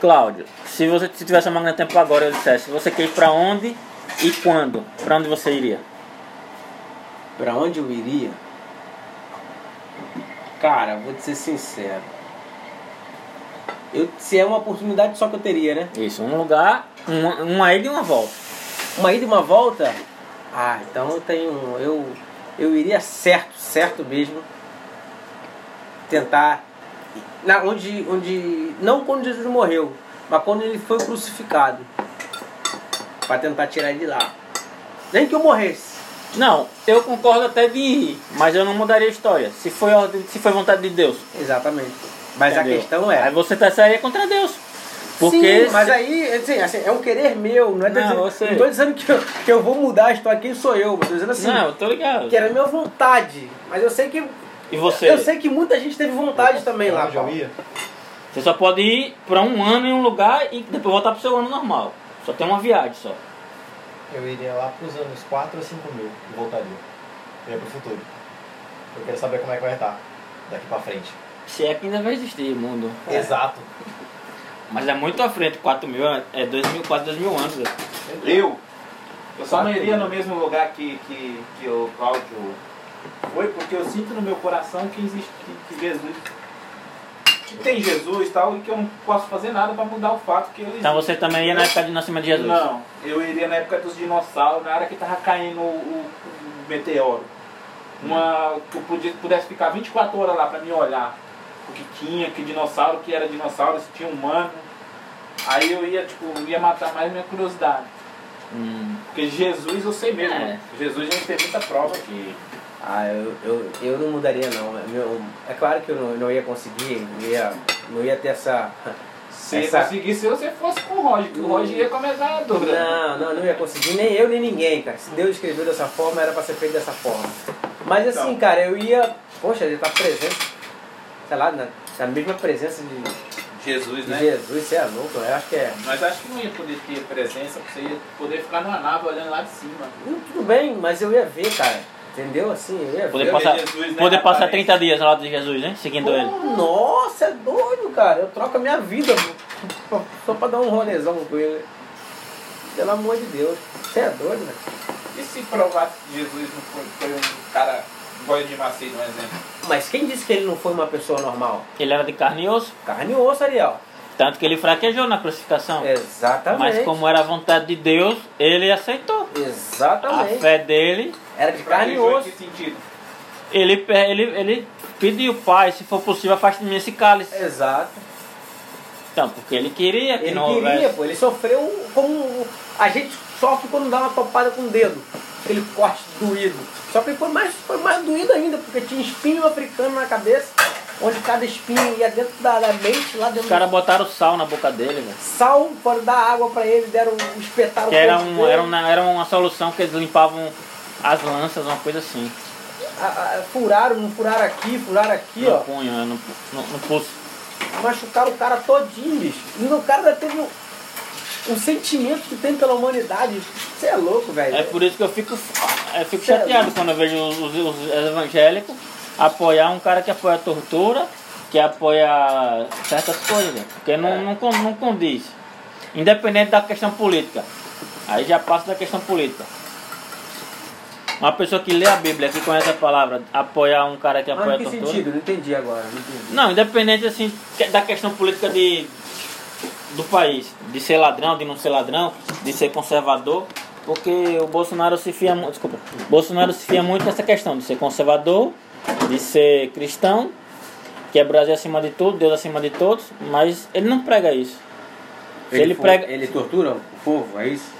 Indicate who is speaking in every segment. Speaker 1: Cláudio, se você se tivesse uma máquina do tempo agora, eu dissesse, você quer ir pra onde e quando? Pra onde você iria?
Speaker 2: Pra onde eu iria? Cara, vou te ser sincero. Eu, se é uma oportunidade só que eu teria, né?
Speaker 1: Isso, um lugar, uma, uma ida e uma volta.
Speaker 2: Uma ida e uma volta? Ah, então eu tenho. Eu, eu iria certo, certo mesmo. Tentar. Na, onde, onde. Não quando Jesus morreu, mas quando ele foi crucificado. Pra tentar tirar ele de lá. Nem que eu morresse.
Speaker 1: Não, eu concordo até de ir, mas eu não mudaria a história. Se foi, ordem, se foi vontade de Deus.
Speaker 2: Exatamente. Mas
Speaker 1: entendeu?
Speaker 2: a questão é.
Speaker 1: Aí você tá sairia contra Deus. Porque.
Speaker 2: Sim, mas
Speaker 1: se-
Speaker 2: aí, assim, assim, é um querer meu, não é
Speaker 1: Não,
Speaker 2: dizendo,
Speaker 1: eu sei.
Speaker 2: não tô dizendo que eu, que eu vou mudar a história, quem sou eu, mas tô dizendo assim,
Speaker 1: Não, eu tô ligado.
Speaker 2: que era a minha vontade, mas eu sei que
Speaker 1: E você?
Speaker 2: eu sei que muita gente teve vontade também lá,
Speaker 3: Onde eu
Speaker 2: Paulo.
Speaker 3: ia?
Speaker 1: Você só pode ir pra um ano em um lugar e depois voltar pro seu ano normal. Só tem uma viagem só.
Speaker 3: Eu iria lá pros anos 4 a 5 mil e voltaria. Eu ia pro futuro. Eu quero saber como é que vai estar daqui pra frente.
Speaker 1: Se é que ainda vai existir o mundo.
Speaker 3: Exato.
Speaker 1: Mas é muito à frente, 4 mil, é 2 mil, quase 2 mil anos. né?
Speaker 4: Eu? Eu só não iria no mesmo lugar que, que, que o Cláudio foi, porque eu sinto no meu coração que existe que, que Jesus. Que tem Jesus e tal, e que eu não posso fazer nada pra mudar o fato que ele existe.
Speaker 1: Então você também ia na época de Nascimento de Jesus.
Speaker 4: Não, eu iria na época dos dinossauros, na hora que tava caindo o, o- o meteoro. Uma, que eu podia- pudesse ficar 24 horas lá pra me olhar o que tinha, que dinossauro, que era dinossauro, se tinha humano. Aí eu ia, tipo, ia matar mais minha curiosidade.
Speaker 1: Hum.
Speaker 4: Porque Jesus eu sei mesmo.
Speaker 1: É.
Speaker 4: Jesus a gente tem muita prova que.
Speaker 2: Ah, eu, eu, eu não mudaria não. É meu- é claro que eu não, eu não ia conseguir, não ia, não ia ter essa.
Speaker 4: Se
Speaker 2: Essa-
Speaker 4: conseguisse se você fosse com o Roger, que o Roger ia começar a né?
Speaker 1: né?
Speaker 4: dúvida.
Speaker 2: Não, não, não ia conseguir, nem eu nem ninguém, cara. Se Deus escreveu dessa forma, era pra ser feito dessa forma. Mas assim,
Speaker 1: Tá.
Speaker 4: Então.
Speaker 2: cara, eu ia. Poxa, ele tá presente, sei lá, na, na mesma presença de,
Speaker 4: Jesus, né?
Speaker 2: de Jesus, você é louco, eu acho que é.
Speaker 4: Mas acho que não ia poder ter presença, você ia poder ficar numa nave olhando lá de cima.
Speaker 2: Não, tudo bem, mas eu ia ver, cara. Entendeu? Assim, eu ia
Speaker 1: Poder
Speaker 2: ver.
Speaker 4: Eu
Speaker 1: passar,
Speaker 4: vejo Jesus, né,
Speaker 1: poder passar
Speaker 4: rapaz?
Speaker 1: 30 dias na lado de Jesus, hein? Seguindo ele.
Speaker 2: Pô, Nossa, é doido, cara. Eu troco a minha vida pô, só pra dar um rolezão com ele. Pelo amor de Deus. Você é doido, velho.
Speaker 4: E se provasse que Jesus não foi, foi um cara goio de Macedo, um exemplo?
Speaker 2: Mas quem disse que ele não foi uma pessoa normal?
Speaker 1: Ele era de carne e osso,
Speaker 2: Carne e osso, Ariel.
Speaker 1: tanto que ele fraquejou na crucificação.
Speaker 2: Exatamente.
Speaker 1: Mas como era a vontade de Deus, ele aceitou. A
Speaker 2: Exatamente.
Speaker 1: fé dele,
Speaker 2: Era É de carne e osso.
Speaker 4: Que sentido?
Speaker 1: ele, pe- ele, ele pediu, pai, se for possível, afaste de mim esse cálice.
Speaker 2: Exato.
Speaker 1: Então, porque ele queria que
Speaker 2: É. Ele
Speaker 1: não
Speaker 2: queria,
Speaker 1: houvesse.
Speaker 2: pô. Ele sofreu como... A gente sofre quando dá uma topada com o dedo. Aquele corte doído. Só que ele foi mais, foi mais doído ainda, porque tinha espinho africano na cabeça, onde cada espinho ia dentro da, da mente, lá dentro
Speaker 1: Os caras botaram sal na boca dele, velho.
Speaker 2: do sal, foram dar água pra ele, deram um espetáculo.
Speaker 1: Que era, um, era, uma, era uma solução que eles limpavam as lanças, uma coisa assim.
Speaker 2: Furaram, não furaram aqui, furaram aqui,
Speaker 1: no
Speaker 2: ó.
Speaker 1: punho, né, no, no, no pulso.
Speaker 2: machucaram o cara todinho, bicho. E o cara ainda teve um, um sentimento que tem pela humanidade. Você é louco, velho. é
Speaker 1: É por isso que eu fico, eu fico
Speaker 2: Sério?
Speaker 1: chateado quando eu vejo os, os evangélicos apoiar um cara que apoia a tortura, que apoia certas coisas, né? porque
Speaker 2: É.
Speaker 1: não, não, con- não condiz. Independente da questão política. Aí já passa da questão política. Uma pessoa que lê a Bíblia, que conhece a palavra, apoiar um cara que apoia a
Speaker 2: Mas em que
Speaker 1: tortura.
Speaker 2: sentido? Não entendi agora. Não entendi.
Speaker 1: Não, independente assim que- da questão política de, do país, de ser ladrão, de não ser ladrão, de ser conservador, porque o Bolsonaro se fia muito, desculpa, o Bolsonaro se fia muito nessa questão de ser conservador, de ser cristão, que é Brasil acima de tudo, Deus acima de todos, mas ele não prega isso. Se ele, prega,
Speaker 2: ele tortura o povo, é isso?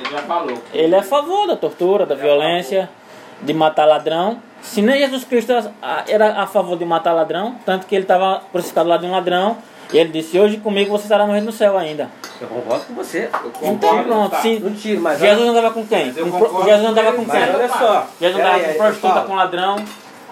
Speaker 4: Ele já falou.
Speaker 1: ele é a favor da tortura, da
Speaker 4: é a
Speaker 1: violência, de matar ladrão. Se nem Jesus Cristo era a- era a favor de matar ladrão, tanto que ele estava crucificado lá de um ladrão, e ele disse: Hoje comigo você estará morrendo no céu ainda.
Speaker 2: Eu concordo com você.
Speaker 4: Eu concordo,
Speaker 1: Então pronto,
Speaker 4: tá.
Speaker 1: sim.
Speaker 2: Não tiro, mas.
Speaker 1: Jesus
Speaker 2: olha,
Speaker 1: andava com quem?
Speaker 4: Mas eu
Speaker 1: Com pro-
Speaker 4: concordo
Speaker 1: Jesus andava com
Speaker 4: com
Speaker 2: mas
Speaker 4: ele,
Speaker 1: quem?
Speaker 2: olha só. é,
Speaker 1: Jesus
Speaker 2: Pera
Speaker 1: andava
Speaker 2: aí,
Speaker 1: com prostituta,
Speaker 2: Paulo,
Speaker 1: com ladrão.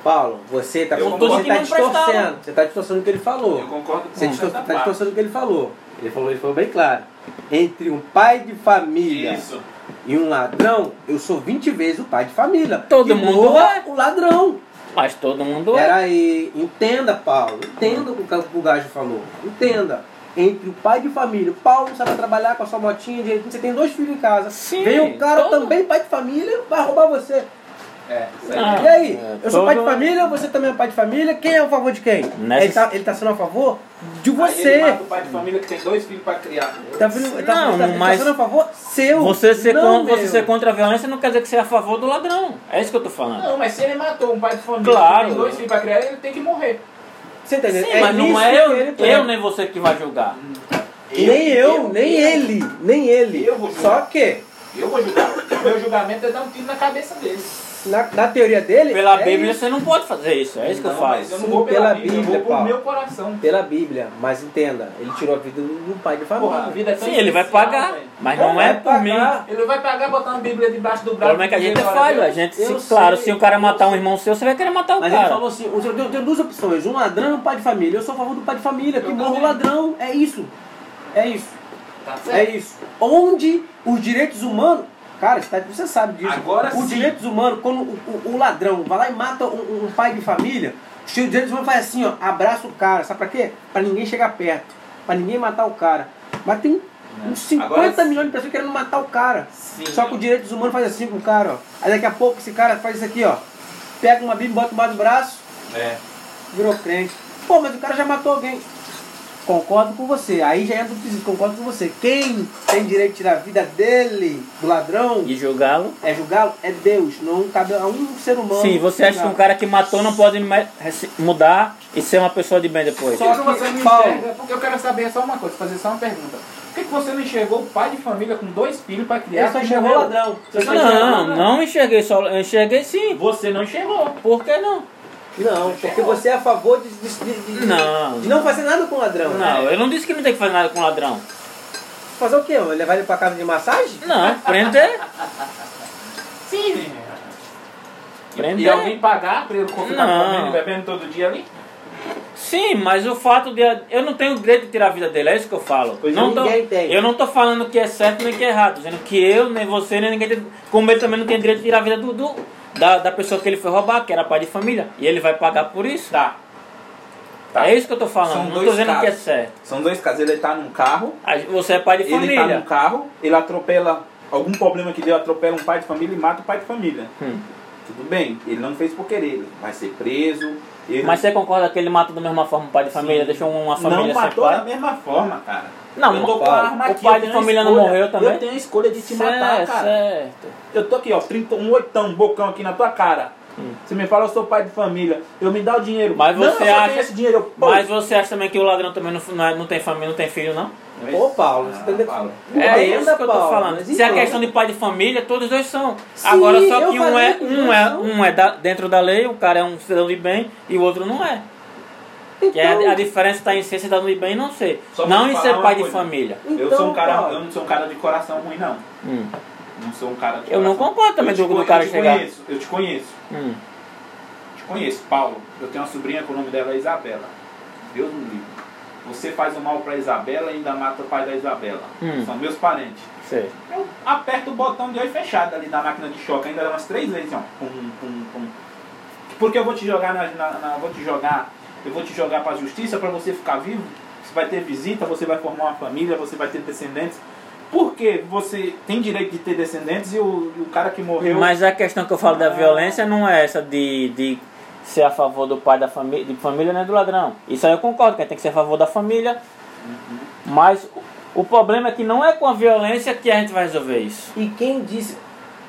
Speaker 2: Paulo, você tá,
Speaker 4: Eu
Speaker 2: você
Speaker 4: concordo
Speaker 1: que
Speaker 2: tá
Speaker 1: não prestava.
Speaker 2: distorcendo. Você tá distorcendo o que ele falou.
Speaker 4: Eu concordo com
Speaker 2: Você
Speaker 4: essa
Speaker 2: distor- tá
Speaker 4: parte.
Speaker 2: distorcendo o que ele falou. Ele falou, ele falou bem claro. Entre um pai de família
Speaker 4: Isso.
Speaker 2: e um ladrão, eu sou 20 vezes o pai de família.
Speaker 1: Todo
Speaker 2: E
Speaker 1: mundo
Speaker 2: Noa,
Speaker 1: é.
Speaker 2: o ladrão.
Speaker 1: Mas todo mundo é.
Speaker 2: Peraí, entenda, Paulo. Entenda o que o gajo falou. Entenda. entre o pai de família, o Paulo sai pra trabalhar com a sua motinha, de repente você tem dois filhos em casa.
Speaker 1: Sim,
Speaker 2: Vem um cara
Speaker 1: todo-
Speaker 2: também, pai de família, vai roubar você.
Speaker 4: É, isso aí.
Speaker 1: Não.
Speaker 2: e aí?
Speaker 1: é,
Speaker 2: eu sou pai de
Speaker 1: todo-
Speaker 2: família, você também é pai de família, quem é a favor de quem?
Speaker 1: Nessa-
Speaker 2: Ele, tá, ele tá sendo a favor de
Speaker 4: Aí
Speaker 2: você.
Speaker 4: Ele mata o pai de família que tem dois filhos pra criar.
Speaker 2: Tá, vindo- ele tá,
Speaker 1: Não,
Speaker 2: ele tá, ele
Speaker 1: mas-
Speaker 2: tá sendo a favor seu.
Speaker 1: é. Você ser,
Speaker 2: não
Speaker 1: con- você
Speaker 2: meu.
Speaker 1: ser contra a violência não quer dizer que você é a favor do ladrão. É isso que eu tô falando.
Speaker 4: Não, mas se ele matou um pai de família
Speaker 1: Claro.
Speaker 4: que tem dois filhos pra criar, ele tem que morrer.
Speaker 2: Você entendeu?
Speaker 1: Sim, mas não
Speaker 2: isso
Speaker 1: é eu,
Speaker 2: que ele
Speaker 1: eu
Speaker 2: prega.
Speaker 1: nem você que vai julgar.
Speaker 2: Nem eu, nem ele. Nem ele.
Speaker 4: Eu vou
Speaker 2: Só
Speaker 4: julgar.
Speaker 2: que,
Speaker 4: Eu vou julgar. O meu julgamento é dar um tiro na cabeça dele.
Speaker 2: na, na teoria dele.
Speaker 1: Pela
Speaker 2: é
Speaker 1: Bíblia
Speaker 2: isso.
Speaker 1: você não pode fazer isso, é isso que eu
Speaker 4: Não,
Speaker 1: falo.
Speaker 4: Mas eu não
Speaker 2: Sim,
Speaker 4: vou pela,
Speaker 2: pela
Speaker 4: Bíblia,
Speaker 2: Bíblia,
Speaker 4: eu vou
Speaker 2: Paulo.
Speaker 4: pro meu coração.
Speaker 2: Pela Bíblia, mas entenda, ele tirou a vida do do pai de família.
Speaker 4: Porra, a vida é tão
Speaker 1: Sim, ele vai
Speaker 4: especial,
Speaker 1: pagar,
Speaker 4: velho.
Speaker 1: mas não é
Speaker 2: Vai
Speaker 1: por mim.
Speaker 2: pagar.
Speaker 4: Ele vai pagar botar uma Bíblia debaixo do
Speaker 1: O
Speaker 4: braço.
Speaker 1: problema é que a gente é
Speaker 4: dizer, "Olha,
Speaker 1: falho, a
Speaker 4: Deus,
Speaker 1: gente,
Speaker 2: eu
Speaker 1: se- claro,
Speaker 2: sei,
Speaker 1: se um cara
Speaker 2: eu
Speaker 1: matar um
Speaker 2: sei.
Speaker 1: irmão seu, você vai querer matar o
Speaker 2: Mas ele
Speaker 1: cara.
Speaker 2: falou assim, eu tenho, eu tenho duas opções, um ladrão e um pai de família. Eu sou a favor do pai de família, que
Speaker 4: Eu
Speaker 2: morra o
Speaker 4: também.
Speaker 2: ladrão. É isso. É isso.
Speaker 4: Tá
Speaker 2: É
Speaker 4: certo.
Speaker 2: isso. Onde os direitos humanos. Cara, você tá- você sabe disso.
Speaker 4: Agora
Speaker 2: os
Speaker 4: sim.
Speaker 2: direitos humanos, quando o, o- o ladrão vai lá e mata um, um pai de família, os direitos humanos faz assim, ó, abraça o cara. Sabe pra quê? Pra ninguém chegar perto. Pra ninguém matar o cara. Mas tem uns 50
Speaker 4: É. Agora-
Speaker 2: milhões de pessoas querendo matar o cara.
Speaker 4: Sim.
Speaker 2: Só que os direitos humanos faz assim com o cara, ó. Aí daqui a pouco esse cara faz isso aqui, ó. Pega uma bíblia, bota embaixo do braço,
Speaker 4: É.
Speaker 2: virou crente. Pô, mas o cara já matou alguém. Concordo com você. Aí já entra o quesito, concordo com você. Quem tem direito de tirar a vida dele, do ladrão,
Speaker 1: E julgá-lo?
Speaker 2: é julgá-lo, é Deus. Não cabe a um ser humano.
Speaker 1: Sim, você acha que um
Speaker 2: julgar.
Speaker 1: cara que matou não pode mais rece- mudar e ser uma pessoa de bem depois?
Speaker 2: Só-
Speaker 4: Por que você não
Speaker 2: Paulo.
Speaker 4: enxerga? Porque eu quero saber só uma coisa, fazer só uma pergunta. Por que, que você não enxergou o pai de família com dois filhos pra criar?
Speaker 2: Ele só
Speaker 4: que
Speaker 2: enxergou o
Speaker 4: morreu?
Speaker 2: ladrão.
Speaker 4: Você só enxergou o
Speaker 1: é um Não,
Speaker 4: ladrão.
Speaker 1: não enxerguei só, eu enxerguei sim.
Speaker 4: Você não enxergou.
Speaker 1: Por que não?
Speaker 2: Não, porque você é a favor de, de- de- de-
Speaker 1: Não.
Speaker 2: de não fazer nada com o ladrão. É.
Speaker 1: Não, eu não disse que não tem que fazer nada com um ladrão.
Speaker 2: Fazer o quê? Levar ele pra casa de massagem?
Speaker 1: Não, prender?
Speaker 4: Sim. E,
Speaker 1: Prender?
Speaker 4: e alguém pagar pra ele ficar
Speaker 1: Não.
Speaker 4: comendo e bebendo todo dia ali?
Speaker 1: Sim, mas o fato de. Eu não tenho o direito de tirar a vida dele, é isso que eu falo.
Speaker 2: Pois
Speaker 1: não
Speaker 2: ninguém
Speaker 1: tô,
Speaker 2: tem.
Speaker 1: Eu não tô falando que é certo nem que é errado, dizendo que eu, nem você, nem ninguém tem. Como ele também não tem direito de tirar a vida do, do- da, da pessoa que ele foi roubar, que era pai de família. E ele vai pagar por isso? Tá.
Speaker 4: Tá.
Speaker 1: É isso que eu tô falando.
Speaker 4: São
Speaker 1: não
Speaker 4: dois
Speaker 1: tô dizendo
Speaker 4: casos.
Speaker 1: que é certo.
Speaker 4: São dois casos. Ele tá num carro,
Speaker 1: A- Você é pai de
Speaker 4: ele tá num
Speaker 1: família.
Speaker 4: carro, ele atropela. Algum problema que deu, atropela um pai de família e mata o pai de família.
Speaker 1: Hum.
Speaker 4: Tudo bem, ele não fez por querer, ele vai ser preso. Ele
Speaker 1: Mas você concorda que ele matou da mesma forma o pai de família? Deixou uma família
Speaker 4: não
Speaker 1: sem
Speaker 4: matou
Speaker 1: pai?
Speaker 4: da mesma forma, cara.
Speaker 1: Não,
Speaker 4: eu tô com a
Speaker 1: Paulo,
Speaker 4: arma
Speaker 1: o
Speaker 4: aqui,
Speaker 1: pai
Speaker 4: eu
Speaker 1: de
Speaker 4: tenho a
Speaker 1: família não
Speaker 4: escolha.
Speaker 1: morreu também? é,
Speaker 4: Eu tenho a escolha de te matar,
Speaker 1: Certo,
Speaker 4: cara.
Speaker 1: certo.
Speaker 4: Eu tô aqui, ó, 30, um oitão, bocão aqui na tua cara. Você me fala, eu sou pai de família. Eu me dá o dinheiro.
Speaker 1: Hum. Mas
Speaker 4: Não,
Speaker 1: você
Speaker 4: eu só
Speaker 1: acha-
Speaker 4: tenho esse dinheiro. Eu, pô,
Speaker 1: Mas você acha também que o ladrão também não, não é- não tem família, não tem filho, não?
Speaker 4: Mas-
Speaker 2: Ô, Paulo, você tá entendendo?
Speaker 4: Paulo.
Speaker 1: É
Speaker 2: Entenda,
Speaker 1: isso que eu tô
Speaker 2: Paulo,
Speaker 1: falando.
Speaker 2: mas então,
Speaker 1: Se é
Speaker 2: entenda.
Speaker 1: questão de pai de família, todos dois são.
Speaker 2: Sim,
Speaker 1: Agora só
Speaker 2: eu
Speaker 1: que um
Speaker 2: falei
Speaker 1: é,
Speaker 2: que
Speaker 1: um
Speaker 2: todos
Speaker 1: é,
Speaker 2: são.
Speaker 1: um é da- dentro da lei, o cara é um cidadão de bem e o outro não é. Que é
Speaker 2: Então-
Speaker 1: a, a diferença está em ser cidadão de bem e não ser.
Speaker 4: Só pra
Speaker 1: não
Speaker 4: te
Speaker 1: em
Speaker 4: falar
Speaker 1: ser
Speaker 4: uma
Speaker 1: pai de
Speaker 4: coisa.
Speaker 1: família.
Speaker 4: eu sou um cara,
Speaker 2: então, Paulo.
Speaker 4: eu não sou um cara de coração ruim, não.
Speaker 1: Hum,
Speaker 4: Não sou um cara de
Speaker 1: Eu não
Speaker 4: coração.
Speaker 1: concordo também
Speaker 4: Eu
Speaker 1: do-
Speaker 4: te
Speaker 1: do
Speaker 4: con-
Speaker 1: cara
Speaker 4: eu te
Speaker 1: chegar.
Speaker 4: Conheço, eu te conheço.
Speaker 1: hum.
Speaker 4: Te conheço, Paulo. Eu tenho uma sobrinha que o nome dela é Isabela. Deus me livre. Você faz o mal pra Isabela e ainda mata o pai da Isabela.
Speaker 1: Hum.
Speaker 4: São meus parentes.
Speaker 1: Sei.
Speaker 4: Eu aperto o botão de olho fechado ali da máquina de choque, ainda dá umas três vezes, ó. Pum, pum, pum. Porque eu vou te jogar na, na- na- vou te jogar, eu vou te jogar pra justiça pra você ficar vivo. Você vai ter visita, você vai formar uma família, você vai ter descendentes. Porque você tem direito de ter descendentes e o, e o cara que morreu.
Speaker 1: Mas a questão que eu falo da
Speaker 4: Ah.
Speaker 1: violência não é essa de, de ser a favor do pai da família, de família nem do ladrão. Isso aí eu concordo, que tem que ser a favor da família.
Speaker 2: Uhum.
Speaker 1: Mas o- o problema é que não é com a violência que a gente vai resolver isso.
Speaker 2: E quem disse,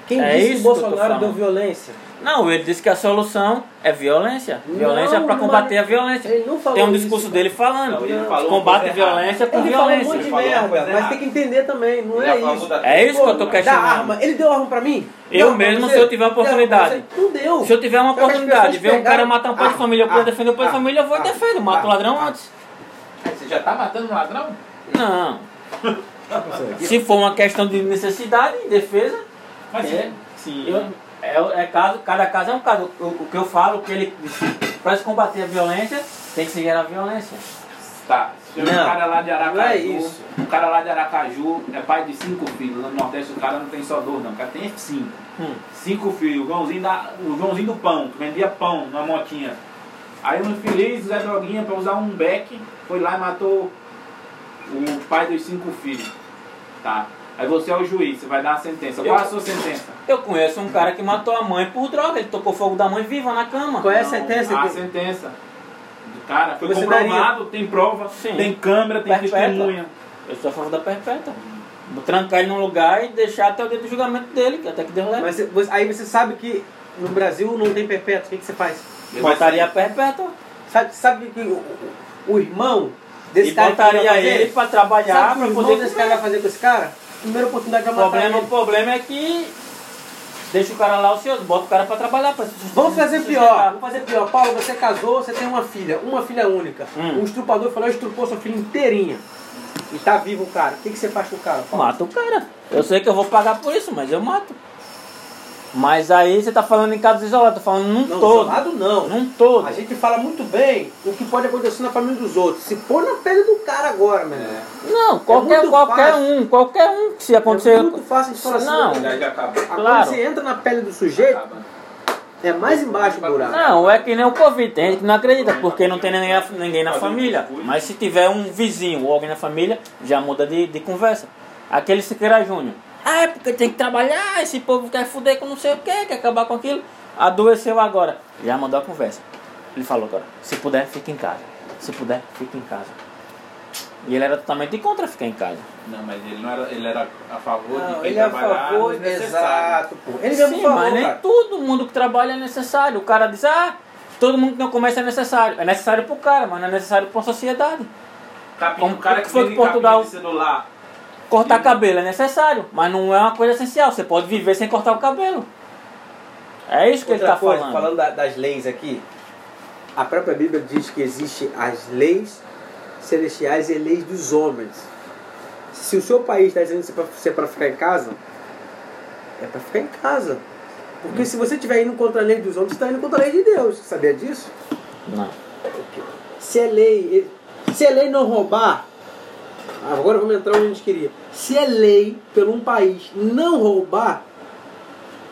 Speaker 2: quem
Speaker 1: É
Speaker 2: disse que
Speaker 1: isso que eu tô
Speaker 2: Bolsonaro deu
Speaker 1: falando.
Speaker 2: violência?
Speaker 1: Não, ele disse que a solução é violência. Violência
Speaker 2: Não,
Speaker 1: para combater
Speaker 2: mano,
Speaker 1: a violência.
Speaker 2: Ele não falou
Speaker 1: Tem um
Speaker 2: isso.
Speaker 1: discurso dele
Speaker 4: Não,
Speaker 1: falando.
Speaker 4: ele falou
Speaker 1: Combate
Speaker 4: uma coisa
Speaker 1: violência com
Speaker 2: Ele falou um
Speaker 1: É violência.
Speaker 2: monte de
Speaker 4: falou uma
Speaker 2: merda,
Speaker 4: coisa
Speaker 2: mas
Speaker 1: né?
Speaker 4: errada.
Speaker 2: tem que entender também, não
Speaker 4: Ele
Speaker 2: é
Speaker 4: falou
Speaker 2: isso.
Speaker 4: da-
Speaker 1: É isso que eu tô
Speaker 2: da
Speaker 1: questionando.
Speaker 2: arma, ele deu arma pra mim?
Speaker 1: Eu
Speaker 2: Deu arma pra
Speaker 1: mesmo,
Speaker 2: você?
Speaker 1: se eu tiver a
Speaker 2: Deu arma pra
Speaker 1: oportunidade.
Speaker 2: você? Não deu.
Speaker 1: Se eu tiver uma
Speaker 2: Só que as
Speaker 1: oportunidade,
Speaker 2: pessoas
Speaker 1: ver um cara
Speaker 2: pegaram-
Speaker 1: matar um pai de
Speaker 2: Ah,
Speaker 1: família, eu
Speaker 2: ah,
Speaker 1: poder defender o pai de
Speaker 2: ah,
Speaker 1: família, eu vou e
Speaker 2: ah,
Speaker 1: defendo. Mato o ladrão
Speaker 2: ah.
Speaker 1: antes.
Speaker 4: Aí Você já tá matando um ladrão?
Speaker 1: Não. Se for uma questão de necessidade e defesa,
Speaker 4: Mas
Speaker 1: É.
Speaker 4: Sim.
Speaker 1: eu- é, é caso, cada caso é um caso. O, o que eu falo que ele para se combater a violência, tem que se gerar violência.
Speaker 4: Tá. Se o
Speaker 2: Não,
Speaker 4: cara lá de Aracaju.
Speaker 2: não é isso.
Speaker 4: O cara lá de Aracaju é pai de cinco filhos. Lá no Nordeste o cara não tem só dois, não. O cara tem cinco.
Speaker 1: Hum.
Speaker 4: Cinco filhos. O Joãozinho, da, o Joãozinho do Pão, que vendia pão na motinha. Aí um infeliz, Zé Droguinha, pra usar um beck, foi lá e matou pai dos cinco filhos. Tá? Aí você é o juiz, você vai dar a sentença. Qual é a sua sentença?
Speaker 1: Eu conheço um cara que matou a mãe por droga, ele tocou fogo da mãe viva na cama.
Speaker 2: Qual é a
Speaker 4: Não,
Speaker 2: sentença?
Speaker 1: Ah,
Speaker 4: A
Speaker 2: que-
Speaker 4: sentença do cara foi
Speaker 2: Você
Speaker 4: comprovado, tem prova,
Speaker 1: Sim.
Speaker 4: tem câmera, tem
Speaker 1: Perpétua.
Speaker 4: testemunha.
Speaker 1: Eu sou a favor da perpétua. Vou Trancar ele num lugar e deixar até o dia do julgamento dele, que até que Deus leve.
Speaker 2: Mas você- você- aí você sabe que no Brasil não tem perpétuo, o que, que você faz?
Speaker 4: Ele vai
Speaker 1: Botaria a perpétua
Speaker 2: Sabe, sabe que o, o- o irmão desse
Speaker 1: e
Speaker 2: cara que vai
Speaker 1: botaria
Speaker 2: fazer,
Speaker 1: ele pra
Speaker 2: sabe
Speaker 1: trabalhar,
Speaker 2: o que o
Speaker 1: pra
Speaker 2: irmão
Speaker 1: poder...
Speaker 2: desse
Speaker 1: comer.
Speaker 2: cara vai fazer com esse cara? Primeira oportunidade vai
Speaker 1: O
Speaker 2: matar
Speaker 1: problema, o
Speaker 2: ele.
Speaker 1: problema é que deixa o cara lá ocioso, bota o cara pra trabalhar. Pra se sustentar.
Speaker 2: Vamos fazer pior, vamos fazer pior. Paulo, você casou, você tem uma filha, uma filha única.
Speaker 1: Hum.
Speaker 2: O estrupador falou, estrupou sua filha inteirinha. E tá vivo o cara. O que, que você faz com o cara, Paulo?
Speaker 1: Mata o cara. Eu sei que eu vou pagar por isso, mas eu mato. Mas aí você tá falando em casos isolados, tô falando num
Speaker 2: Não,
Speaker 1: todo.
Speaker 2: isolado não.
Speaker 1: Num todo.
Speaker 2: A gente fala muito bem o que pode acontecer na família dos outros. Se pôr na pele do cara agora, meu
Speaker 1: É.
Speaker 2: irmão. É
Speaker 1: Não, qualquer,
Speaker 2: muito
Speaker 1: qualquer
Speaker 2: fácil.
Speaker 1: um, qualquer um que se acontecer.
Speaker 2: É muito fácil a gente falar assim.
Speaker 1: Não.
Speaker 2: né?
Speaker 4: Já, já acaba.
Speaker 2: Agora
Speaker 1: Claro.
Speaker 2: você entra na pele do sujeito,
Speaker 4: Acaba.
Speaker 2: é mais embaixo do buraco.
Speaker 1: Não, é que nem o Covid, tem gente que não acredita, porque não tem ninguém, ninguém na família. Mas se tiver um vizinho ou alguém na família, já muda de, de conversa. Aquele Siqueira Júnior. Ah, é porque tem que trabalhar, esse povo quer fuder com não sei o que, quer acabar com aquilo. Adoeceu agora. Já mandou a conversa. Ele falou agora, se puder, fica em casa. Se puder, fica em casa. E ele era totalmente contra ficar em casa.
Speaker 4: Não, mas ele não era, ele era a favor de
Speaker 2: Não,
Speaker 4: quem
Speaker 2: ele é a
Speaker 4: trabalhar
Speaker 2: favor,
Speaker 4: nos necessários.
Speaker 2: exato, pô. Ele mesmo
Speaker 1: Sim,
Speaker 2: falou,
Speaker 1: mas nem
Speaker 2: cara.
Speaker 1: todo mundo que trabalha é necessário. O cara diz, ah, todo mundo que não começa é necessário. É necessário pro cara, mas não é necessário pra uma sociedade.
Speaker 4: Capim,
Speaker 1: Como
Speaker 4: o um cara
Speaker 1: que
Speaker 4: que
Speaker 1: foi
Speaker 4: vende
Speaker 1: que Portugal-
Speaker 4: capim de celular.
Speaker 1: Cortar cabelo é necessário, mas não é uma coisa essencial. Você pode viver sem cortar o cabelo. É isso que
Speaker 2: Outra
Speaker 1: ele tá
Speaker 2: coisa,
Speaker 1: falando.
Speaker 2: da- das leis aqui, a própria Bíblia diz que existe as leis celestiais e leis dos homens. Se o seu país está dizendo que você é para ficar em casa, é para ficar em casa.
Speaker 1: Hum.
Speaker 2: Porque se você estiver indo contra a lei dos homens, você está indo contra a lei de Deus. Você sabia disso?
Speaker 1: Não.
Speaker 2: Se é lei, se é lei não roubar, agora vamos entrar onde a gente queria. Se é lei pelo um país não roubar,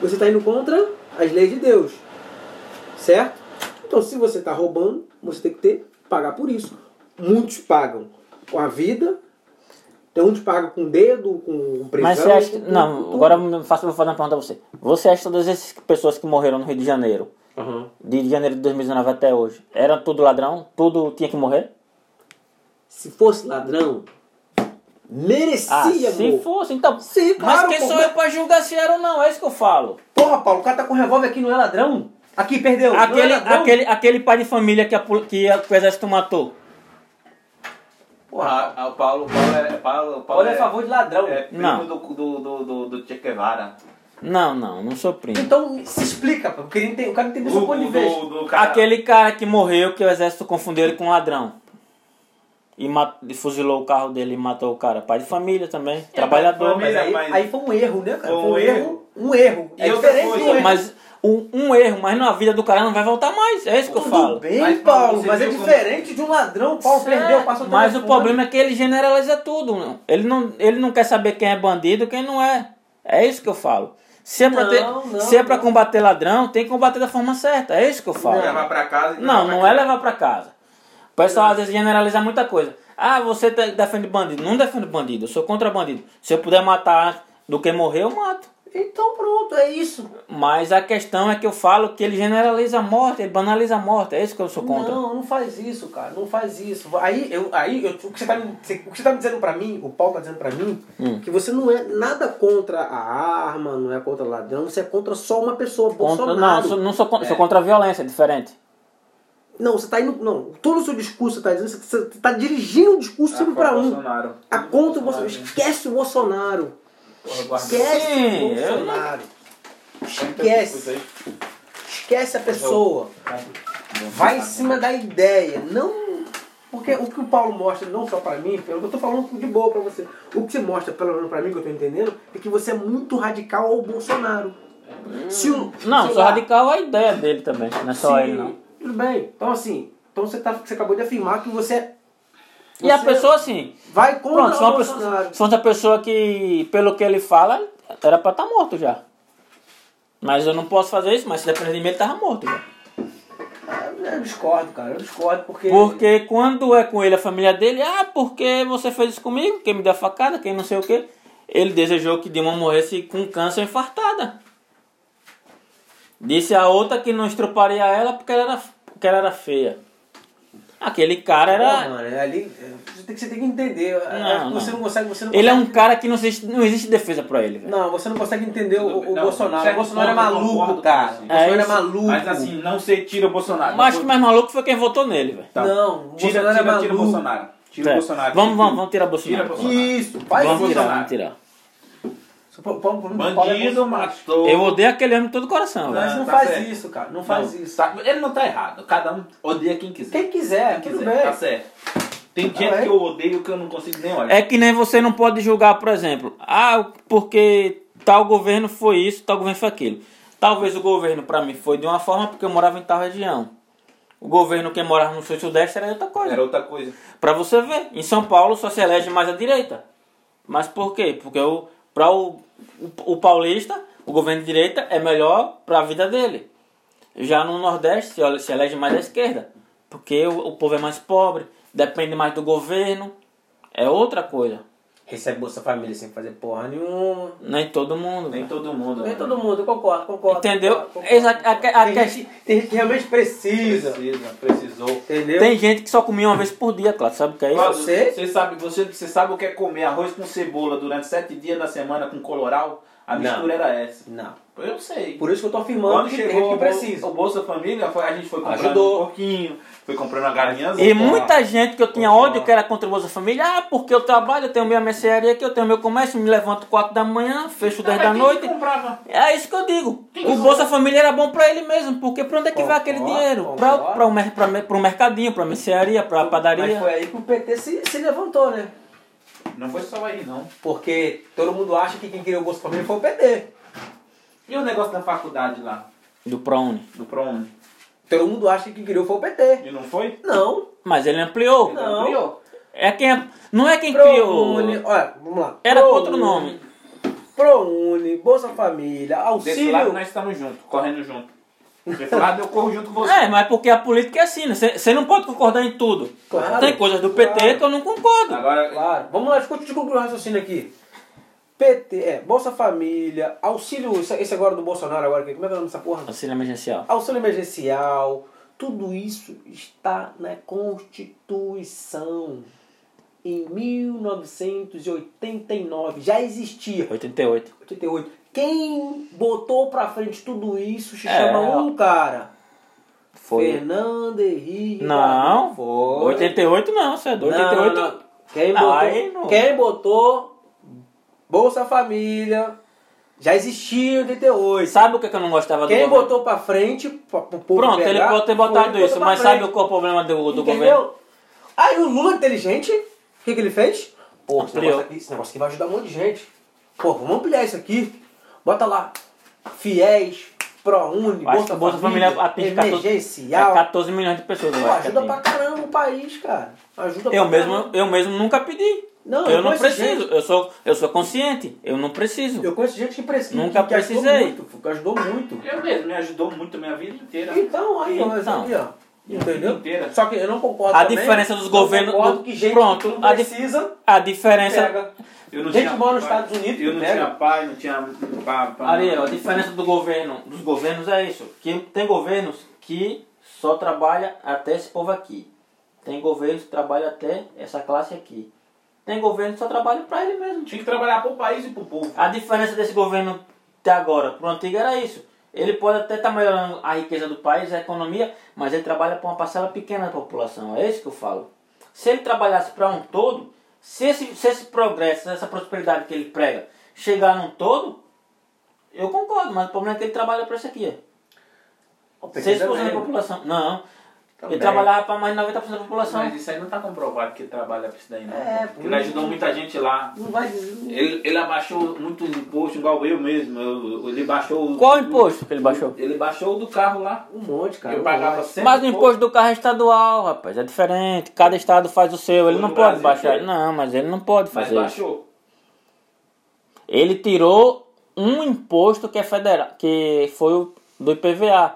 Speaker 2: você está indo contra as leis de Deus, certo? Então, se você está roubando, você tem que ter pagar por isso. Muitos pagam com a vida, tem uns que pagam com o dedo, com um prisão.
Speaker 1: Mas você acha.
Speaker 2: com- com
Speaker 1: Não,
Speaker 2: tudo.
Speaker 1: agora eu faço, vou fazer uma pergunta a você. Você acha que todas essas pessoas que morreram no Rio de Janeiro,
Speaker 2: Aham.
Speaker 1: de janeiro de 2019 até hoje, eram tudo ladrão? Tudo tinha que morrer?
Speaker 2: Se fosse ladrão, merecia,
Speaker 1: Ah, se
Speaker 2: amor.
Speaker 1: fosse, então.
Speaker 2: Sim, claro,
Speaker 1: mas quem
Speaker 2: pô,
Speaker 1: sou
Speaker 2: mas-
Speaker 1: eu pra julgar se era ou não? É isso que eu falo.
Speaker 2: Porra, Paulo, o cara tá com revólver aqui, não é ladrão? Aqui, perdeu. não é
Speaker 1: Aquele,
Speaker 2: ladrão?
Speaker 1: aquele, aquele pai de família que, a, pol- que, a, que o exército matou.
Speaker 4: Porra, a- Ah, o Paulo, o Paulo é. Paulo, o Paulo
Speaker 2: Olha a favor de ladrão.
Speaker 4: É primo
Speaker 1: Não.
Speaker 4: do, do, do, do, do Che Guevara.
Speaker 1: Não, não, não sou primo.
Speaker 2: Então, se explica, pô. Eu queria ente- o cara entendeu seu ponto de vista.
Speaker 4: do cara.
Speaker 1: Aquele cara que morreu que o exército confundeu ele com um ladrão. E, ma- e fuzilou o carro dele e matou o cara. Pai de família também, trabalhador.
Speaker 2: Mas
Speaker 4: família,
Speaker 2: aí,
Speaker 4: mas-
Speaker 2: aí foi um erro, né, cara? Foi
Speaker 4: Foi
Speaker 2: um,
Speaker 4: um
Speaker 2: erro.
Speaker 4: erro.
Speaker 2: Um erro.
Speaker 4: E
Speaker 2: é
Speaker 4: outra
Speaker 2: diferente de um
Speaker 4: coisa,
Speaker 2: erro.
Speaker 1: Mas um, um erro, mas na vida do cara não vai voltar mais. É isso que eu
Speaker 2: Tudo
Speaker 1: falo.
Speaker 2: bem,
Speaker 4: Mas, Paulo,
Speaker 2: Paulo,
Speaker 4: você
Speaker 2: mas é
Speaker 4: viu como-
Speaker 2: diferente de um ladrão. O Paulo perdeu, passou o
Speaker 1: Mas o
Speaker 2: telefone.
Speaker 1: problema é que ele generaliza tudo. não. Ele não, ele não quer saber quem é bandido e quem não é. É isso que eu falo. Se é pra,
Speaker 2: Não,
Speaker 1: ter-
Speaker 2: não,
Speaker 1: se é pra
Speaker 2: não.
Speaker 1: combater ladrão, tem que combater da forma certa. É isso que eu falo.
Speaker 4: Levar pra casa e
Speaker 1: Não,
Speaker 4: pra
Speaker 1: não é levar pra casa. O pessoal às vezes generaliza muita coisa. Ah, você te- defende bandido. Não defendo bandido, eu sou contra bandido. Se eu puder matar do que morrer, eu mato.
Speaker 2: Então pronto, é isso.
Speaker 1: Mas a questão é que eu falo que ele generaliza a morte, ele banaliza a morte. É isso que eu sou contra.
Speaker 2: Não, não faz isso, cara. Não faz isso. Aí, eu, aí eu- o, que você tá, me- você- o que você tá me dizendo pra mim, o Paulo tá dizendo pra mim,
Speaker 1: Hum.
Speaker 2: que você não é nada contra a arma, não é contra ladrão, você é contra só uma pessoa,
Speaker 1: Contra, não, eu
Speaker 2: Bolsonaro.
Speaker 1: sou, não sou contra, sou contra a violência, é diferente.
Speaker 2: Não, você tá indo. Não, todo o seu discurso você tá dizendo, você você tá dirigindo o discurso sempre pra um.
Speaker 4: Ah, Bolsonaro. Ah,
Speaker 2: A
Speaker 4: né?
Speaker 2: contra o Bolsonaro. Esquece o Bolsonaro.
Speaker 4: Porra, guarda-
Speaker 2: Esquece
Speaker 1: Sim,
Speaker 2: o
Speaker 1: eu não-
Speaker 2: Bolsonaro.
Speaker 4: Então, isso
Speaker 2: Esquece.
Speaker 4: aí.
Speaker 2: Esquece a pessoa. Vai em cima da ideia. Não. Porque o que o Paulo mostra, não só pra mim, pelo que eu tô falando de boa pra você. O que você mostra, pelo menos pra mim, que eu tô entendendo, é que você é muito radical ao Bolsonaro.
Speaker 4: É.
Speaker 2: Se o,
Speaker 1: Não,
Speaker 2: sei
Speaker 1: sou
Speaker 2: lá,
Speaker 1: radical é a ideia dele também, não é só
Speaker 2: se-
Speaker 1: ele não.
Speaker 2: Tudo bem. Então assim, então você, tá, você acabou de afirmar que você. é-
Speaker 1: E a
Speaker 2: você
Speaker 1: pessoa assim,
Speaker 2: Vai contra
Speaker 1: pronto, se
Speaker 2: o
Speaker 1: uma
Speaker 2: Bolsonaro.
Speaker 1: pessoa, se fosse uma pessoa que, pelo que ele fala, era pra estar morto
Speaker 2: É.
Speaker 1: já. Mas eu não posso fazer isso, mas se depender de mim, ele tava morto já.
Speaker 2: eu discordo, cara. Eu discordo porque.
Speaker 1: Porque quando é com ele a família dele, ah, porque você fez isso comigo? Quem me deu a facada? Quem não sei o quê? Ele desejou que Dilma morresse com câncer infartada. Disse a outra que não estruparia ela porque ela era, porque ela era feia. Aquele cara
Speaker 2: Pô,
Speaker 1: era.
Speaker 2: mano, é ali, é, você, tem, que- você tem que entender. é,
Speaker 1: Não,
Speaker 2: você não.
Speaker 1: não.
Speaker 2: consegue. Você não,
Speaker 1: Ele é um
Speaker 2: consegue-
Speaker 1: cara que não existe, não existe defesa pra ele, velho.
Speaker 2: Não, você não consegue entender o, o
Speaker 4: Não, não,
Speaker 2: Bolsonaro.
Speaker 4: certo
Speaker 2: o Bolsonaro é
Speaker 4: ponto eu concordo
Speaker 2: maluco,
Speaker 4: com
Speaker 2: cara.
Speaker 4: você.
Speaker 2: O Bolsonaro
Speaker 1: É
Speaker 2: é
Speaker 1: isso.
Speaker 2: maluco.
Speaker 4: Mas assim, não se tira o Bolsonaro.
Speaker 1: Mas acho que mais maluco foi quem votou nele, velho.
Speaker 4: Tá.
Speaker 2: Não, o
Speaker 4: tira,
Speaker 2: Bolsonaro é
Speaker 4: tira, tira o
Speaker 2: maluco.
Speaker 4: Bolsonaro. Tira o
Speaker 1: É.
Speaker 4: Bolsonaro.
Speaker 1: Vamos, vamos, vamos tirar
Speaker 4: Tira
Speaker 1: Bolsonaro.
Speaker 4: Bolsonaro.
Speaker 2: Isso, faz
Speaker 1: vamos tirar,
Speaker 2: Bolsonaro.
Speaker 4: Bolsonaro.
Speaker 1: vamos tirar.
Speaker 2: O po- o povo- o povo é
Speaker 4: Bandido
Speaker 2: Bolsonaro.
Speaker 4: matou.
Speaker 1: Eu odeio aquele homem de todo o coração,
Speaker 2: Mas
Speaker 1: velho.
Speaker 2: não
Speaker 4: Tá
Speaker 2: faz
Speaker 4: certo.
Speaker 2: isso, cara. Não
Speaker 4: Não,
Speaker 2: faz isso.
Speaker 4: tá- ele não tá errado. Cada um odeia quem quiser.
Speaker 2: Quem quiser,
Speaker 4: Quem
Speaker 2: tudo
Speaker 4: quiser,
Speaker 2: bem.
Speaker 4: Tá certo. Tem gente
Speaker 2: é.
Speaker 4: que eu odeio que eu não consigo nem olhar.
Speaker 1: É que nem você não pode julgar, por exemplo, ah, porque tal governo foi isso, tal governo foi aquilo. Talvez o governo pra mim foi de uma forma porque eu morava em tal região. O governo que morava no sul e sudeste era outra coisa.
Speaker 4: Era outra coisa.
Speaker 1: Pra você ver, em São Paulo só se elege mais a direita. Mas por quê? Porque o, pra o, o, o paulista, o governo de direita é melhor pra vida dele. Já no Nordeste se, ele- se elege mais a esquerda. Porque o, o povo é mais pobre, depende mais do governo. É outra coisa.
Speaker 2: Recebe Bolsa Família sem fazer porra nenhuma.
Speaker 1: Nem todo mundo.
Speaker 4: Nem
Speaker 1: velho.
Speaker 4: todo mundo.
Speaker 2: Nem
Speaker 4: né?
Speaker 2: todo mundo, eu concordo, concordo.
Speaker 1: Entendeu?
Speaker 2: concordo, concordo.
Speaker 1: Essa- a- a- a
Speaker 2: tem,
Speaker 1: questão-
Speaker 2: gente, tem gente que realmente precisa. É
Speaker 4: Precisa, precisou.
Speaker 2: Entendeu?
Speaker 1: Tem gente que só comia uma vez por dia, claro. Sabe o que é
Speaker 4: Cláudio,
Speaker 1: isso?
Speaker 2: você?
Speaker 4: Você sabe, você, você sabe o que é comer arroz com cebola durante sete dias na semana com coloral? A
Speaker 2: Não.
Speaker 4: mistura era essa.
Speaker 2: Não.
Speaker 4: Eu sei.
Speaker 2: Por isso que eu tô afirmando
Speaker 4: Quando
Speaker 2: que tem gente
Speaker 4: chegou
Speaker 2: que
Speaker 4: o,
Speaker 2: precisa.
Speaker 4: Bol- o Bolsa Família, foi- a gente foi comprando
Speaker 2: Ajudou.
Speaker 4: um pouquinho, foi comprando a galinha.
Speaker 1: E muita gente que eu tinha ódio que era contra o Bolsa Família, ah, porque eu trabalho, eu tenho minha mercearia aqui, eu tenho meu comércio, me levanto 4 da manhã, fecho 10 da noite.
Speaker 4: comprava.
Speaker 1: É isso que eu digo.
Speaker 4: Quem que
Speaker 1: O Bolsa Família era bom pra ele mesmo, porque pra onde é que vai
Speaker 2: Concordo,
Speaker 1: aquele dinheiro? Pra,
Speaker 2: concordo.
Speaker 1: pra, o mer- pra, me- pro mercadinho, pra mercearia, pra
Speaker 2: Mas
Speaker 1: padaria.
Speaker 2: foi aí que o PT se, se levantou, né?
Speaker 4: Não foi só aí, não.
Speaker 2: Porque todo mundo acha que quem criou o Bolsa Família foi o PT.
Speaker 4: E o negócio da faculdade lá,
Speaker 1: Do ProUni.
Speaker 4: do ProUni?
Speaker 2: Todo mundo acha que quem criou foi o PT.
Speaker 4: E não foi?
Speaker 2: Não.
Speaker 1: Mas ele ampliou.
Speaker 2: Não.
Speaker 1: É quem, não é quem
Speaker 2: ProUni,
Speaker 1: criou.
Speaker 2: olha, vamos lá.
Speaker 1: Era
Speaker 2: ProUni,
Speaker 1: outro nome.
Speaker 2: ProUni, Bolsa Família,
Speaker 4: Desse lado
Speaker 2: auxílio.
Speaker 4: nós estamos juntos, correndo junto. Desse lado eu corro junto com você.
Speaker 1: É, mas porque a política é assim, né? Você não pode concordar em tudo.
Speaker 2: Claro,
Speaker 1: Tem coisas do PT
Speaker 2: claro.
Speaker 1: que eu não concordo.
Speaker 4: Agora,
Speaker 2: Claro. Vamos lá, deixa eu concluir o raciocínio aqui. PT, é, Bolsa Família, auxílio, esse esse agora do Bolsonaro agora, que- como é que é o nome dessa porra?
Speaker 1: Auxílio emergencial.
Speaker 2: Auxílio emergencial, tudo isso está na Constituição. Em 1989, já existia.
Speaker 1: 88.
Speaker 2: 88. Quem botou pra frente tudo isso se
Speaker 1: É.
Speaker 2: chama um cara.
Speaker 1: Foi.
Speaker 2: Fernando Henrique.
Speaker 1: Não.
Speaker 2: Foi.
Speaker 1: 88 não, você é doido.
Speaker 2: Não,
Speaker 1: 88.
Speaker 2: não, não. Quem,
Speaker 1: Não,
Speaker 2: botou,
Speaker 1: aí não.
Speaker 2: quem botou Bolsa Família já existia em 88.
Speaker 1: Sabe o que, que eu não gostava do
Speaker 2: Quem
Speaker 1: governo?
Speaker 2: botou pra frente, pra, pro povo
Speaker 1: Pronto, ele
Speaker 2: pegar,
Speaker 1: pode ter
Speaker 2: foi
Speaker 1: botado
Speaker 2: ele que
Speaker 1: isso,
Speaker 2: botou
Speaker 1: mas
Speaker 2: pra
Speaker 1: sabe
Speaker 2: frente.
Speaker 1: qual é o problema do, do governo?
Speaker 2: Entendeu? Aí o Lula inteligente, o que, que ele fez? Pô, esse
Speaker 1: Ampliou.
Speaker 2: negócio, aqui, esse negócio aqui vai ajudar um monte de gente. Pô, vamos ampliar isso aqui. Bota lá. Fiéis, ProUni,
Speaker 1: Eu acho que
Speaker 2: Bolsa,
Speaker 1: o Bolsa Família atinge é 14,
Speaker 2: emergencial.
Speaker 1: 14 milhões de pessoas. eu
Speaker 2: Pô,
Speaker 1: acho que
Speaker 2: ajuda pra
Speaker 1: atinge.
Speaker 2: caramba o país, cara. Ajuda
Speaker 1: eu,
Speaker 2: pra
Speaker 1: mesmo,
Speaker 2: caramba.
Speaker 1: eu mesmo nunca pedi.
Speaker 2: Não,
Speaker 1: eu
Speaker 2: eu
Speaker 1: não
Speaker 2: conheço
Speaker 1: preciso.
Speaker 2: gente.
Speaker 1: Eu sou, eu sou consciente. Eu não preciso.
Speaker 2: Eu conheço gente que precisa.
Speaker 1: Nunca
Speaker 2: que ajudou
Speaker 1: precisei.
Speaker 2: muito, que ajudou muito.
Speaker 4: eu mesmo, me ajudou muito a minha vida inteira.
Speaker 2: Então, aí, ó,
Speaker 1: Então.
Speaker 2: aí, ó. Entendeu?
Speaker 4: Inteira.
Speaker 2: Só que eu não concordo
Speaker 1: A
Speaker 2: também.
Speaker 1: diferença dos
Speaker 2: Eu
Speaker 1: governos-
Speaker 2: concordo
Speaker 1: do-
Speaker 2: que gente
Speaker 1: pronto,
Speaker 2: que
Speaker 1: a
Speaker 2: não
Speaker 1: dif-
Speaker 2: precisa
Speaker 1: A diferença.
Speaker 2: pega.
Speaker 4: Eu
Speaker 2: Gente
Speaker 4: tinha
Speaker 2: mora nos
Speaker 4: pai,
Speaker 2: Estados Unidos, né?
Speaker 4: Eu não
Speaker 2: pega.
Speaker 4: tinha pai, não tinha. Pra, pra-
Speaker 1: Ariel, a diferença do governo, dos governos é isso. Que tem governos que só trabalha até esse povo aqui. Tem governos que trabalham até essa classe aqui. Tem governo que só trabalha pra ele mesmo.
Speaker 4: Tinha que trabalhar pro país e pro povo.
Speaker 1: A diferença desse governo de agora pro antigo era isso. Ele pode até estar melhorando a riqueza do país, a economia, mas ele trabalha para uma parcela pequena da população. É isso que eu falo. Se ele trabalhasse para um todo, se esse, se esse progresso, essa prosperidade que ele prega chegar num todo, eu concordo, mas o problema é que ele trabalha para isso aqui.
Speaker 2: Ó, o
Speaker 1: ó.
Speaker 2: PT
Speaker 1: 6% da
Speaker 2: também.
Speaker 1: população. Não.
Speaker 2: Também.
Speaker 1: Ele trabalhava para mais de 90% da população.
Speaker 4: Mas isso aí não tá comprovado que ele trabalha pra isso daí, não.
Speaker 2: É,
Speaker 4: Porque ele ajudou muita gente lá.
Speaker 2: Não vai dizer.
Speaker 4: Ele, ele abaixou muitos impostos, igual eu mesmo. Eu- ele baixou. o-
Speaker 1: Qual o imposto que ele baixou?
Speaker 4: Ele baixou o do carro lá.
Speaker 2: Um monte, cara.
Speaker 4: eu
Speaker 2: um
Speaker 4: pagava
Speaker 2: monte.
Speaker 4: sempre.
Speaker 1: Mas o imposto do carro é estadual, rapaz, é diferente. Cada estado faz o seu, ele não
Speaker 4: No
Speaker 1: pode
Speaker 4: Brasil,
Speaker 1: baixar.
Speaker 4: sim.
Speaker 1: Não, mas ele não pode
Speaker 4: Mas
Speaker 1: fazer isso.
Speaker 4: baixou.
Speaker 1: Ele tirou um imposto que é federal, que foi o do IPVA.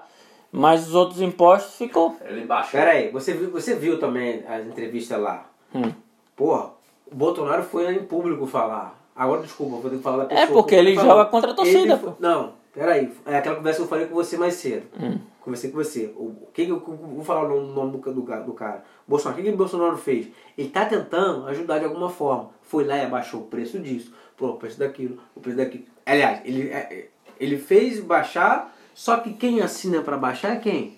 Speaker 1: Mas os outros impostos ficou.
Speaker 4: Ele baixou.
Speaker 2: Pera aí, você viu, você viu também a entrevista lá.
Speaker 1: Hum.
Speaker 2: Porra, o Bolsonaro foi em público falar. Agora, desculpa, vou ter que falar da pessoa.
Speaker 1: É, porque
Speaker 2: que
Speaker 1: ele
Speaker 2: falou.
Speaker 1: joga contra a torcida,
Speaker 2: Ele-
Speaker 1: pô.
Speaker 2: Não, peraí. É aquela conversa que eu falei com você mais cedo.
Speaker 1: Hum.
Speaker 2: Conversei com você. O que que eu vou falar o nome do, ca- do, ca- do cara? Bolsonaro. O que, que o Bolsonaro fez? Ele tá tentando ajudar de alguma forma. Foi lá e abaixou o preço disso. Pô, o preço daquilo, o preço daquilo. Aliás, ele, é, é, ele fez baixar, só que quem assina pra baixar é quem?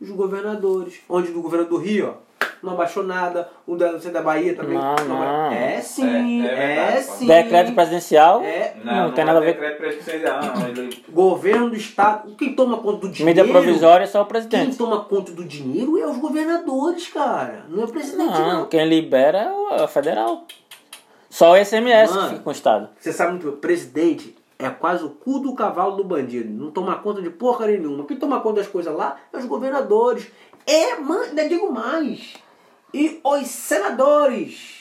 Speaker 2: Os governadores. Onde do governo do Rio, ó. Não abaixou nada, o da, você da Bahia também.
Speaker 1: Não, não.
Speaker 2: É sim,
Speaker 4: É, é
Speaker 2: é,
Speaker 4: verdade, pô.
Speaker 2: sim.
Speaker 1: Decreto presidencial.
Speaker 2: É,
Speaker 1: Não, tem nada a ver
Speaker 4: decreto presidencial, não. Ele
Speaker 2: governo do estado, quem toma conta do dinheiro?
Speaker 1: Medida provisória é só o
Speaker 2: Quem
Speaker 1: presidente.
Speaker 2: toma conta do dinheiro é os governadores, cara. Não é o presidente não.
Speaker 1: Não, quem libera é o- é o federal. Só o SMS
Speaker 2: Mano.
Speaker 1: que fica com o Estado.
Speaker 2: Você sabe muito bem, presidente é quase o cu do cavalo do bandido. Não toma conta de porca nenhuma. Quem toma conta das coisas lá é os governadores. É, man- ainda digo mais. E os senadores.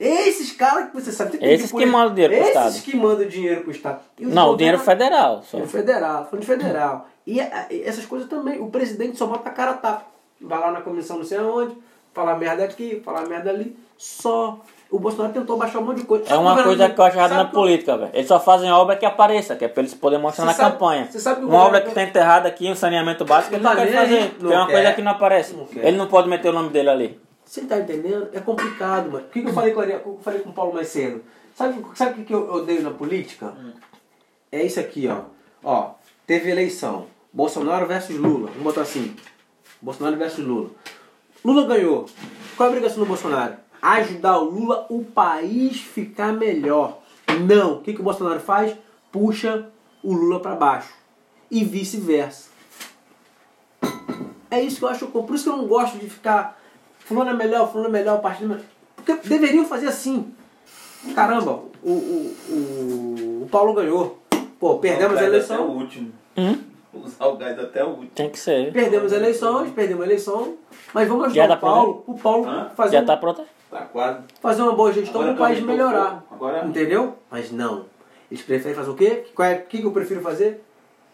Speaker 2: Esses caras que você sabe. tem
Speaker 1: Esses
Speaker 2: pedir
Speaker 1: que
Speaker 2: eles.
Speaker 1: mandam dinheiro pro
Speaker 2: Esses
Speaker 1: Estado.
Speaker 2: que mandam dinheiro pro Estado. E os
Speaker 1: Não, o dinheiro
Speaker 2: governadores-
Speaker 1: federal. Só.
Speaker 2: Falando federal, falando de federal. E a- e essas coisas também. O presidente só bota a cara a tapa. Vai lá na comissão não sei aonde, falar merda aqui, falar merda ali. Só. O Bolsonaro tentou baixar um monte de coisa.
Speaker 1: É uma
Speaker 2: Governador,
Speaker 1: coisa que eu acho errado
Speaker 2: sabe
Speaker 1: na
Speaker 2: que
Speaker 1: política, velho. Eles só fazem obra que apareça, que é pra eles poderem mostrar
Speaker 2: Você
Speaker 1: na
Speaker 2: sabe-
Speaker 1: campanha.
Speaker 2: você sabe que o
Speaker 1: uma obra
Speaker 2: governador-
Speaker 1: que tá enterrada aqui, um saneamento básico, ele
Speaker 2: Não
Speaker 1: não
Speaker 2: tá
Speaker 1: quer
Speaker 2: nem aí.
Speaker 1: fazer.
Speaker 2: Não
Speaker 1: Tem uma
Speaker 2: quer.
Speaker 1: coisa que não aparece.
Speaker 2: Não quer.
Speaker 1: Ele não pode meter o nome dele ali.
Speaker 2: Você tá entendendo? É complicado, mano. O que, que eu falei com a- o que eu falei com o Paulo mais cedo? Sabe o sabe o que que eu odeio na política? É isso aqui, ó. Ó, teve eleição. Bolsonaro versus Lula. Vamos botar assim. Bolsonaro versus Lula. Lula ganhou. Qual é a obrigação do Bolsonaro? Ajudar o Lula, o país ficar melhor. Não. O que, que o Bolsonaro faz? Puxa o Lula pra baixo. E vice-versa. É isso que eu acho. Por isso que eu não gosto de ficar. Fulano é melhor, fulano é melhor, partido é melhor. Porque deveriam fazer assim. Caramba, o, o, o, o Paulo ganhou. Pô, perdemos a
Speaker 4: Até o
Speaker 2: eleição.
Speaker 4: último.
Speaker 1: Hum?
Speaker 4: Usar o gás até o último.
Speaker 1: Tem que ser.
Speaker 2: Perdemos a eleição, perdemos a eleição. Mas vamos
Speaker 1: Já
Speaker 2: ajudar
Speaker 1: tá
Speaker 2: o Paulo, o Paulo
Speaker 4: né? Hã?
Speaker 2: fazer,
Speaker 1: Já
Speaker 2: um-
Speaker 1: tá pronta?
Speaker 4: Tá quase.
Speaker 2: fazer uma boa gestão
Speaker 4: Agora
Speaker 2: para o país
Speaker 4: aumentou um
Speaker 2: melhorar.
Speaker 4: pouco. Agora-
Speaker 2: Entendeu? Mas não. Eles preferem fazer o quê? Qual é- O que, que eu prefiro fazer?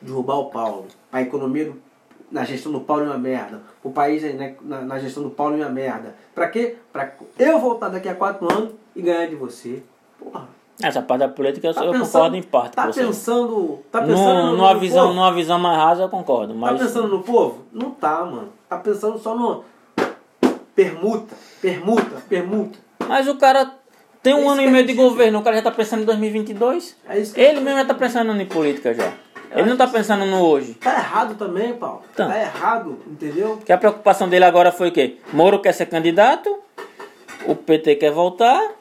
Speaker 2: Derrubar o Paulo. A economia do- na gestão do Paulo é uma merda. O país aí, né, na, na gestão do Paulo é uma merda. Pra quê? Pra eu voltar daqui a quatro anos e ganhar de você. Porra.
Speaker 1: Essa parte da política eu,
Speaker 2: Tá
Speaker 1: eu
Speaker 2: pensando,
Speaker 1: concordo em parte
Speaker 2: Tá
Speaker 1: com você.
Speaker 2: pensando. Tá
Speaker 1: Num-
Speaker 2: pensando no,
Speaker 1: numa,
Speaker 2: no
Speaker 1: visão,
Speaker 2: povo?
Speaker 1: numa visão mais rasa eu concordo, mas.
Speaker 2: Tá pensando no povo? Não tá, mano. Tá pensando só no. Permuta, permuta, permuta.
Speaker 1: Mas o cara tem
Speaker 2: É
Speaker 1: um
Speaker 2: isso
Speaker 1: ano
Speaker 2: que
Speaker 1: e
Speaker 2: a
Speaker 1: meio de
Speaker 2: gente-
Speaker 1: governo, o cara já tá pensando em 2022.
Speaker 2: É isso que
Speaker 1: Ele mesmo já tá pensando em política já. Ele não tá pensando no hoje.
Speaker 2: Tá errado também, Paulo.
Speaker 1: Tá.
Speaker 2: Tá errado, entendeu?
Speaker 1: Que a preocupação dele agora foi o quê? Moro quer ser candidato, o PT quer voltar,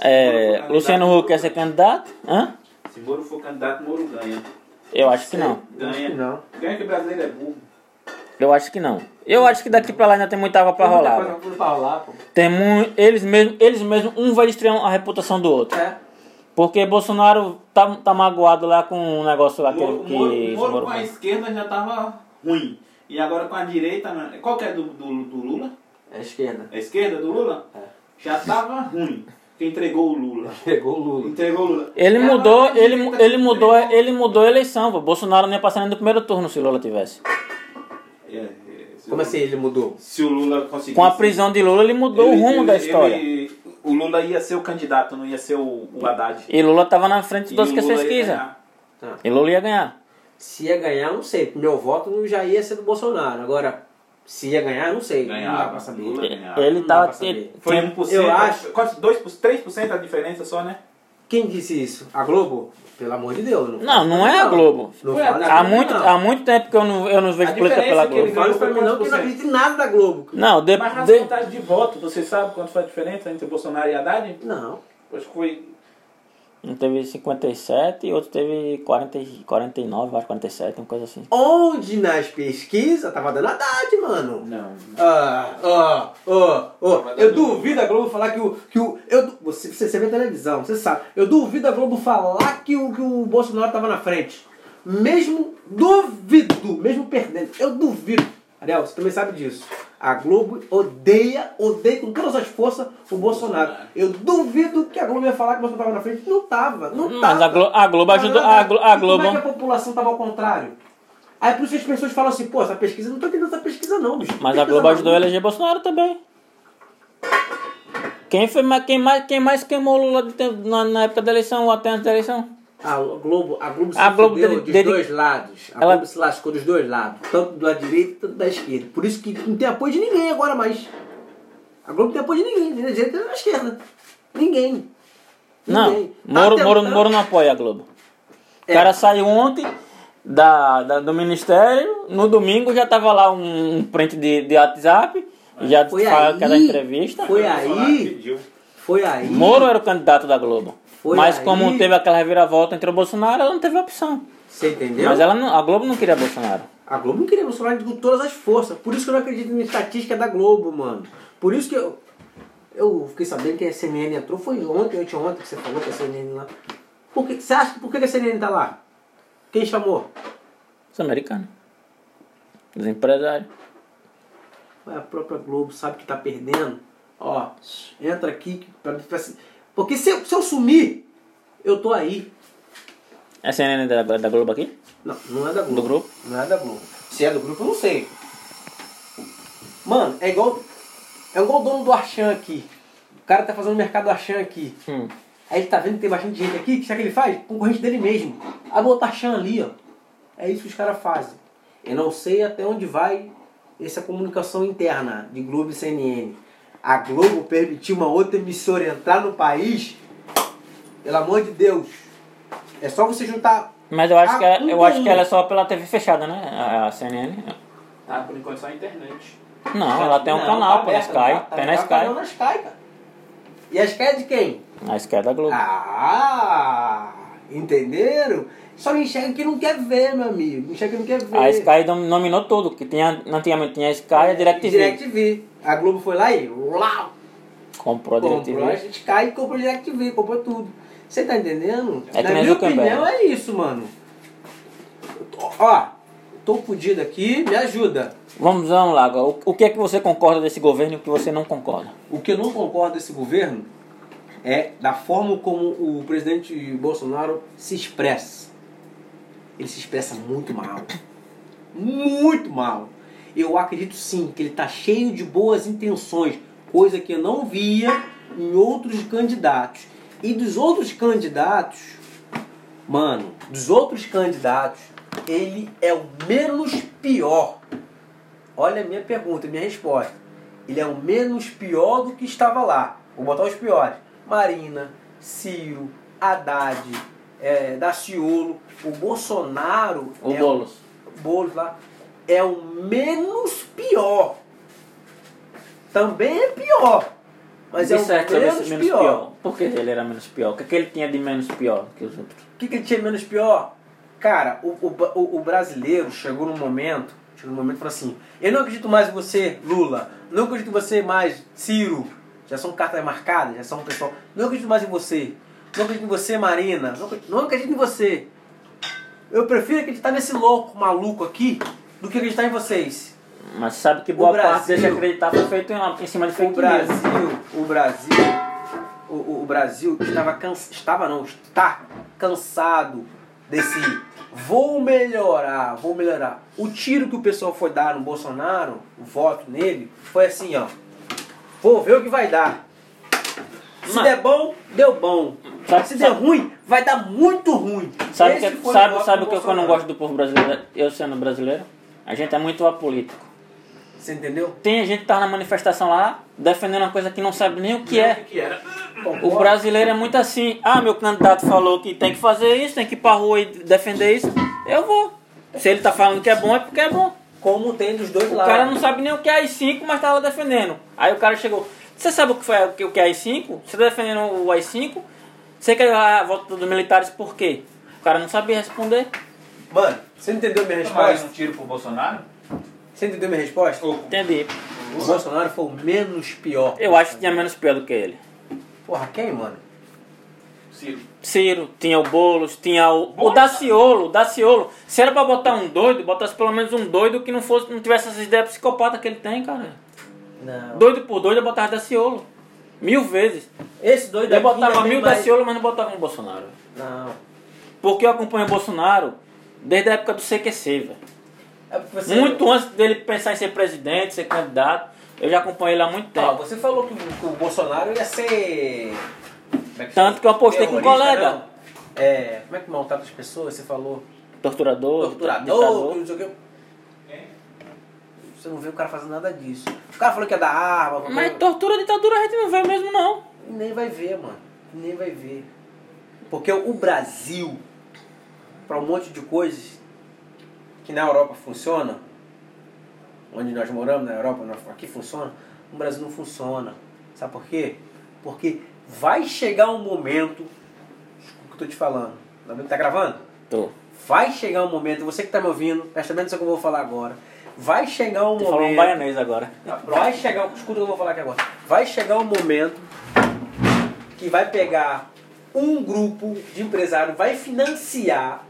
Speaker 1: é,
Speaker 4: candidato.
Speaker 1: Luciano Huck quer ser candidato. Hã?
Speaker 4: Se Moro for candidato, Moro ganha.
Speaker 1: Eu acho que não.
Speaker 4: Ganha.
Speaker 2: que não.
Speaker 4: Ganha que brasileiro é burro.
Speaker 1: Eu acho que não. Eu acho que daqui pra lá ainda tem muita água pra rolar. né? velho.
Speaker 2: Pra rolar, pô.
Speaker 1: Tem mu- eles mesmos, eles mesmo, um vai destruir a reputação do outro.
Speaker 2: É.
Speaker 1: Porque Bolsonaro tá, tá magoado lá com um negócio lá que,
Speaker 4: Moro,
Speaker 1: que
Speaker 4: Moro-
Speaker 1: esse
Speaker 4: Moro
Speaker 1: Moro
Speaker 4: com a
Speaker 1: fez.
Speaker 4: esquerda já tava ruim. E agora com a direita. né? Qual que é do, do, do Lula?
Speaker 2: É a esquerda.
Speaker 4: A esquerda do Lula?
Speaker 2: É.
Speaker 4: Já tava ruim. Que entregou o Lula.
Speaker 2: Pegou o Lula.
Speaker 4: Entregou o Lula. É,
Speaker 1: Ele
Speaker 4: E agora
Speaker 1: mudou,
Speaker 4: a
Speaker 1: ele, mu-
Speaker 4: direita
Speaker 1: ele mudou,
Speaker 4: entregou-
Speaker 1: ele mudou a eleição. pô. Bolsonaro não ia passar nem no primeiro turno se Lula tivesse.
Speaker 4: É, é, se
Speaker 2: Como
Speaker 4: o-
Speaker 2: assim ele mudou?
Speaker 4: Se o Lula conseguisse.
Speaker 1: Com a prisão de Lula, ele mudou
Speaker 4: Ele-
Speaker 1: o rumo
Speaker 4: ele-
Speaker 1: da história.
Speaker 4: ele- o Lula ia ser o candidato, não ia ser o, o Haddad.
Speaker 1: E Lula tava na frente de todas
Speaker 4: E o
Speaker 1: as
Speaker 4: Lula ia
Speaker 1: pesquisas.
Speaker 4: ganhar.
Speaker 2: Tá.
Speaker 1: E Lula ia ganhar.
Speaker 2: Se ia ganhar, não sei. Meu voto não já ia ser do Bolsonaro. Agora, se ia ganhar, não sei. não dá
Speaker 4: Ganhava,
Speaker 2: pra saber.
Speaker 4: Lula ganhava.
Speaker 1: Ele tá
Speaker 2: Não dá
Speaker 1: tava.
Speaker 2: pra saber.
Speaker 1: ele-
Speaker 4: Foi
Speaker 1: tinha-
Speaker 4: 1%.
Speaker 2: Eu acho-
Speaker 4: Quanto? 2%, 3% a diferença só, né?
Speaker 2: Quem disse isso? A Globo? Pelo amor de Deus.
Speaker 1: Não,
Speaker 2: Não,
Speaker 1: não é a Globo.
Speaker 2: Não
Speaker 4: Foi
Speaker 2: fala
Speaker 4: a-
Speaker 2: pra
Speaker 1: Há
Speaker 2: mim,
Speaker 1: muito,
Speaker 2: não.
Speaker 1: há muito tempo que eu não, eu não vejo
Speaker 4: A
Speaker 1: política
Speaker 4: diferença
Speaker 1: pela
Speaker 4: é que
Speaker 1: Globo.
Speaker 4: ele-
Speaker 2: Fala pra mim não que eu não acredito em nada da Globo.
Speaker 1: Não, de,
Speaker 4: Mas a
Speaker 1: de-
Speaker 4: porcentagem de voto, você sabe quanto foi a diferença entre Bolsonaro e Haddad?
Speaker 2: Não.
Speaker 4: Acho que foi.
Speaker 1: Um teve 57 e outro teve 40, e- 49, acho 47, uma coisa assim.
Speaker 2: Onde nas pesquisas tava dando Haddad, mano.
Speaker 4: Não.
Speaker 2: Ah, ah, ah, ah.
Speaker 1: é
Speaker 2: Eu duvido a Globo falar que o. Que o eu, du- você, você, você vê televisão, você sabe. Eu duvido a Globo falar que o, que o Bolsonaro tava na frente. Mesmo duvido, mesmo perdendo. Eu duvido. Ariel, você também sabe disso. A Globo odeia, odeia com todas as forças o Bolsonaro. Eu duvido que a Globo ia falar que o Bolsonaro tava na frente. Não tava, não
Speaker 1: Mas
Speaker 2: tava.
Speaker 1: a Glo- a Globo ajudou- a Glo- a
Speaker 2: E Como é
Speaker 1: Globo-
Speaker 2: que a população tava ao contrário? Aí por isso as pessoas falam assim, pô, essa pesquisa, não tô entendendo essa pesquisa não, bicho.
Speaker 1: Mas a
Speaker 2: Pesquisa
Speaker 1: Globo
Speaker 2: não.
Speaker 1: ajudou a eleger Bolsonaro também. Quem, foi, ma- quem, mais, quem mais queimou o Lula de tempo- na, na época da eleição ou até antes da eleição?
Speaker 2: A Globo, a Globo se
Speaker 1: A Globo
Speaker 2: fudeu
Speaker 1: dele-
Speaker 2: dos
Speaker 1: dele-
Speaker 2: dois lados. A
Speaker 1: Ela-
Speaker 2: Globo se lascou dos dois lados, tanto do lado direito quanto da esquerda. Por isso que não tem apoio de ninguém agora mais. A Globo não tem apoio de ninguém, nem da direita nem da esquerda. Ninguém.
Speaker 1: Não,
Speaker 2: Ninguém.
Speaker 1: Moro,
Speaker 2: Tá
Speaker 1: Moro,
Speaker 2: tentando-
Speaker 1: Moro não apoia a Globo.
Speaker 2: É.
Speaker 1: O cara saiu ontem da, da- do ministério, no domingo já tava lá um, um print de, de WhatsApp, já
Speaker 2: Foi
Speaker 1: fala
Speaker 2: aí-
Speaker 1: aquela entrevista.
Speaker 2: Foi
Speaker 4: O Bolsonaro
Speaker 2: aí.
Speaker 4: pediu.
Speaker 2: Foi aí.
Speaker 1: Moro era o candidato da Globo.
Speaker 2: Foi
Speaker 1: Mas
Speaker 2: aí-
Speaker 1: como teve aquela reviravolta entre o Bolsonaro, ela não teve opção.
Speaker 2: Você entendeu?
Speaker 1: Mas ela não- a Globo não queria Bolsonaro.
Speaker 2: A Globo não queria Bolsonaro com todas as forças. Por isso que eu não acredito na estatística da Globo, mano. Por isso que eu. Eu fiquei sabendo que a CNN entrou, foi ontem, anteontem que você falou que a CNN lá. Por que, você acha que por que que a CNN tá lá? Quem chamou?
Speaker 1: Os americanos. Os empresários.
Speaker 2: Foi a própria Globo, sabe que tá perdendo. Ó, entra aqui. que- Pra, pra, se- porque se, eu- se eu sumir, eu tô aí.
Speaker 1: É a CNN da, da Globo aqui?
Speaker 2: Não, não é da Globo.
Speaker 1: Do grupo?
Speaker 2: Não é da Globo. Se é do grupo, eu não sei. Mano, é igual. É igual o dono do Archan aqui. O cara tá fazendo o mercado Archan aqui.
Speaker 1: Hum.
Speaker 2: Aí ele tá vendo que tem bastante gente aqui. Sabe o que ele faz? Concorrente dele mesmo. Aí bota Archan ali, ó. É isso que os caras fazem. Eu não sei até onde vai essa comunicação interna de Globo e CNN. A Globo permitiu uma outra emissora entrar no país? Pelo amor de Deus. É só você juntar
Speaker 1: Mas eu acho,
Speaker 2: Ah,
Speaker 1: que ela, eu
Speaker 2: não
Speaker 1: acho
Speaker 2: tem.
Speaker 1: que ela é só pela TV fechada, né? A, a CNN. Tá,
Speaker 4: Ah, por enquanto só a internet.
Speaker 1: Não, tá ela tem um
Speaker 2: tá
Speaker 1: canal, pô, na Sky. tem na
Speaker 2: Canal
Speaker 1: Sky.
Speaker 2: tá na Sky, cara. E a Sky é de quem?
Speaker 1: Na Sky é da Globo.
Speaker 2: Ah, entenderam? Só enxerga que não quer ver, meu amigo. Enxerga que não quer ver.
Speaker 1: a Sky é dom- dominou tudo, que tinha, antigamente tinha a Sky e a DirecTV.
Speaker 2: DirecTV. A Globo foi lá e uau,
Speaker 1: Comprou a DirecTV.
Speaker 2: comprou a Sky e comprou a DirecTV, comprou tudo. Você tá entendendo?
Speaker 1: É que
Speaker 2: Na
Speaker 1: nem
Speaker 2: minha
Speaker 1: Zuckerberg.
Speaker 2: opinião é isso, mano. Eu tô- Ó, tô fudido aqui, me ajuda.
Speaker 1: Vamos, vamos lá agora. O, o que é que você concorda desse governo e o que você não concorda?
Speaker 2: O que eu não concordo desse governo é da forma como o presidente Bolsonaro se expressa. Ele se expressa muito mal. Muito mal. Eu acredito sim que ele está cheio de boas intenções, coisa que eu não via em outros candidatos. E dos outros candidatos, mano, dos outros candidatos, ele é o menos pior. Olha a minha pergunta, minha resposta. Ele é o menos pior do que estava lá. Vou botar os piores. Marina, Ciro, Haddad, eh, Daciolo, o Bolsonaro.
Speaker 1: O
Speaker 2: é
Speaker 1: Boulos.
Speaker 2: Boulos lá, é o menos pior. Também é pior. Mas é o menos, pior.
Speaker 1: Por que ele era menos pior? O que, é que ele tinha de menos pior que os outros?
Speaker 2: O que, que ele tinha menos pior? Cara, o, o, ba- o- o brasileiro chegou num momento, chegou num momento e falou assim, eu não acredito mais em você, Lula. Não acredito em você mais, Ciro. Já são cartas marcadas, já são pessoal. Não acredito mais em você. Não acredito em você, Marina. Não acredito, não acredito em você. Eu prefiro acreditar nesse louco maluco aqui do que acreditar em vocês.
Speaker 1: Mas sabe que boa
Speaker 2: Brasil-
Speaker 1: parte desse acreditar foi feito em, em cima de
Speaker 2: o
Speaker 1: fake news.
Speaker 2: Brasil, o Brasil, o, o- o Brasil estava cansado, estava não, está cansado desse vou melhorar, vou melhorar. O tiro que o pessoal foi dar no Bolsonaro, o voto nele, foi assim, ó. Vou ver o que vai dar. Se
Speaker 1: Mas-
Speaker 2: der bom, deu bom.
Speaker 1: Sabe-
Speaker 2: Se der
Speaker 1: sabe-
Speaker 2: ruim, vai dar muito ruim.
Speaker 1: Sabe, o
Speaker 2: Esse
Speaker 1: que, é-
Speaker 2: foi
Speaker 1: sabe,
Speaker 2: voto
Speaker 1: sabe
Speaker 2: do
Speaker 1: o que eu não
Speaker 2: Bolsonaro.
Speaker 1: gosto do povo brasileiro, eu sendo brasileiro? A gente é muito apolítico.
Speaker 2: Você entendeu?
Speaker 1: Tem gente que tá na manifestação lá, defendendo uma coisa que não sabe nem o que é.
Speaker 4: que era?
Speaker 1: O brasileiro é muito assim, ah, meu candidato falou que tem que fazer isso, tem que ir pra rua e defender isso, eu vou. Se ele tá falando que é bom, é porque é bom.
Speaker 2: Como tem dos dois
Speaker 1: O
Speaker 2: lados.
Speaker 1: cara não sabe nem o que é AI-5, mas tá lá defendendo. Aí o cara chegou, você sabe o que, foi, o que- o que é AI-5? Você tá defendendo o AI-5? Você quer a volta dos militares por quê? O cara não sabia responder.
Speaker 2: Mano, você entendeu minha
Speaker 4: Tomaram um
Speaker 2: resposta?
Speaker 4: tiro pro Bolsonaro?
Speaker 2: Você entendeu minha resposta?
Speaker 1: Entendi.
Speaker 2: O Bolsonaro foi o menos pior.
Speaker 1: Eu acho que tinha menos pior do que ele.
Speaker 2: Porra, quem, mano?
Speaker 4: Ciro.
Speaker 1: Ciro, tinha o Boulos, tinha o. O
Speaker 4: Boulos?
Speaker 1: Daciolo, o Daciolo. Se era pra botar um doido, botasse pelo menos um doido que não fosse, não tivesse essas ideias psicopatas que ele tem, cara.
Speaker 2: Não.
Speaker 1: Doido por doido, eu botava Daciolo. Mil vezes.
Speaker 2: Esse doido
Speaker 1: Eu
Speaker 2: aqui
Speaker 1: botava
Speaker 2: ainda tem
Speaker 1: mil
Speaker 2: mais-
Speaker 1: Daciolo, mas não botava um Bolsonaro.
Speaker 2: Não.
Speaker 1: Porque eu acompanho o Bolsonaro desde a época do CQC, velho.
Speaker 2: É porque você-
Speaker 1: Muito antes dele pensar em ser presidente, ser candidato, eu já acompanhei ele há muito
Speaker 2: Ó,
Speaker 1: tempo.
Speaker 2: você falou que, o- que o Bolsonaro ia ser. como é que
Speaker 1: Tanto
Speaker 2: chama?
Speaker 1: que eu apostei com um
Speaker 2: Terrorista,
Speaker 1: colega.
Speaker 2: não. É. Como é que maltrata as pessoas? Você falou
Speaker 1: Torturador,
Speaker 2: Ah, torturador,
Speaker 1: ditador.
Speaker 2: que não sei o quê. Você não vê o cara fazendo nada disso. O cara falou que ia dar arma, falou-
Speaker 1: Mas tortura, ditadura a gente não vê mesmo, não.
Speaker 2: nem vai ver, mano. Nem vai ver. Porque o Brasil, pra um monte de coisas que na Europa funciona, onde nós moramos, na Europa, nós- aqui funciona, no Brasil não funciona. Sabe por quê? Porque vai chegar um momento. Desculpa o que eu tô te falando. Tá vendo que Tá gravando?
Speaker 1: Tô.
Speaker 2: Vai chegar um momento, você que tá me ouvindo, presta bem atenção no que eu vou falar agora. Vai chegar um
Speaker 1: Tô falando
Speaker 2: momento.
Speaker 1: baianês agora.
Speaker 2: Vai chegar, escuta o que eu vou falar aqui agora. Vai chegar um momento que vai pegar um grupo de empresário, vai financiar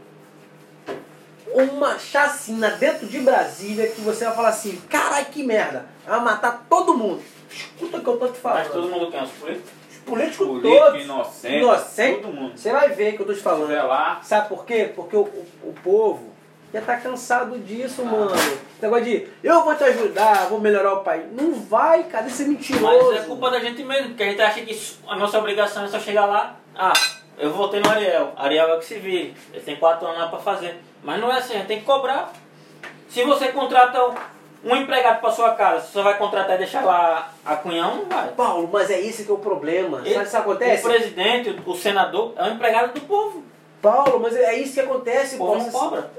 Speaker 2: uma chacina dentro de Brasília que você vai falar assim, carai que merda, vai matar todo mundo. Escuta o que eu tô te falando.
Speaker 1: mundo quer os políticos?
Speaker 2: Os políticos
Speaker 5: Político,
Speaker 2: todos.
Speaker 5: inocente,
Speaker 2: inocente.
Speaker 5: todo mundo.
Speaker 2: Você vai ver o que eu tô te falando.
Speaker 5: Vai lá.
Speaker 2: Sabe por quê? Porque o, o, o povo já tá cansado disso, mano. Esse Negócio de eu vou te ajudar, vou melhorar o país. Não vai, cara, isso é mentiroso.
Speaker 1: Mas é culpa da gente mesmo, porque a gente acha que isso- a nossa obrigação é só chegar lá. Ah, eu votei no Ariel. Ariel é que se vire. Ele tem quatro anos lá pra fazer. Mas não é assim, a gente tem que cobrar. Se você contrata um- um empregado pra sua casa, você só vai contratar e deixar lá a cunhão, não vai.
Speaker 2: Paulo, mas é esse que é o problema. Sabe o que isso acontece?
Speaker 1: O presidente, o senador, é um empregado do povo.
Speaker 2: Paulo, mas é isso que acontece,
Speaker 1: O povo
Speaker 2: Paulo.
Speaker 1: não cobra.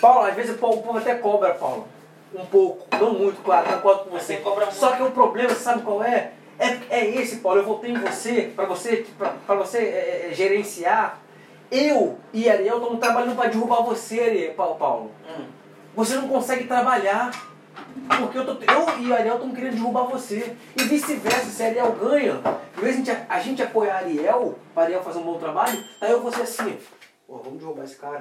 Speaker 2: Paulo, às vezes o povo o povo até cobra, Paulo. Um pouco, não muito, claro, concordo com
Speaker 1: Mas
Speaker 2: você.
Speaker 1: você cobra
Speaker 2: Só que o problema, você sabe qual é? É, é esse, Paulo. Eu votei em você, pra você, pra, pra você é, é, gerenciar. Eu e Ariel estamos trabalhando pra derrubar você, Ariel- Pa- Paulo.
Speaker 1: Hum.
Speaker 2: Você não consegue trabalhar. Ah, Porque eu, tô, eu e o Ariel estamos querendo derrubar você. E vice-versa, se Ariel ganha, em vez de a gente, a gente apoiar Ariel, para Ariel fazer um bom trabalho, aí eu vou ser assim, pô, vamos derrubar esse cara.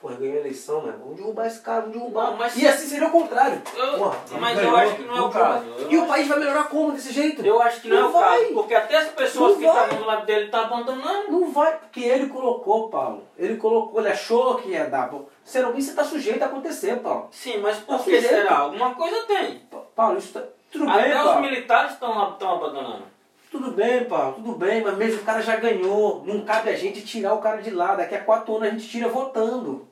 Speaker 2: Pô, eu ganhei a eleição, né? Vamos derrubar esse cara, vamos derrubar.
Speaker 1: Não, mas-
Speaker 2: E assim seria o contrário.
Speaker 1: Eu-
Speaker 2: Porra,
Speaker 1: mas
Speaker 2: ganhou,
Speaker 1: eu acho que não é o
Speaker 2: derruba.
Speaker 1: caso. Eu
Speaker 2: E o
Speaker 1: acho-
Speaker 2: país vai melhorar como desse jeito?
Speaker 1: Eu acho que não, é o
Speaker 2: vai.
Speaker 1: caso, porque até as pessoas
Speaker 2: Não
Speaker 1: que
Speaker 2: vai.
Speaker 1: estavam do lado dele estão abandonando.
Speaker 2: Não vai, porque ele colocou, Paulo. Ele colocou, ele achou que ia dar. Pô, Será que isso tá sujeito a acontecer, Paulo?
Speaker 1: Sim, mas por que
Speaker 2: Tá sujeito.
Speaker 1: será? Alguma coisa tem.
Speaker 2: Pa- Paulo, isso tá. Tudo bem,
Speaker 1: Até os
Speaker 2: Paulo.
Speaker 1: militares estão estão abandonando.
Speaker 2: Tudo bem, Paulo, tudo bem, mas mesmo o cara já ganhou. Não cabe a gente tirar o cara de lá. Daqui a quatro anos a gente tira votando.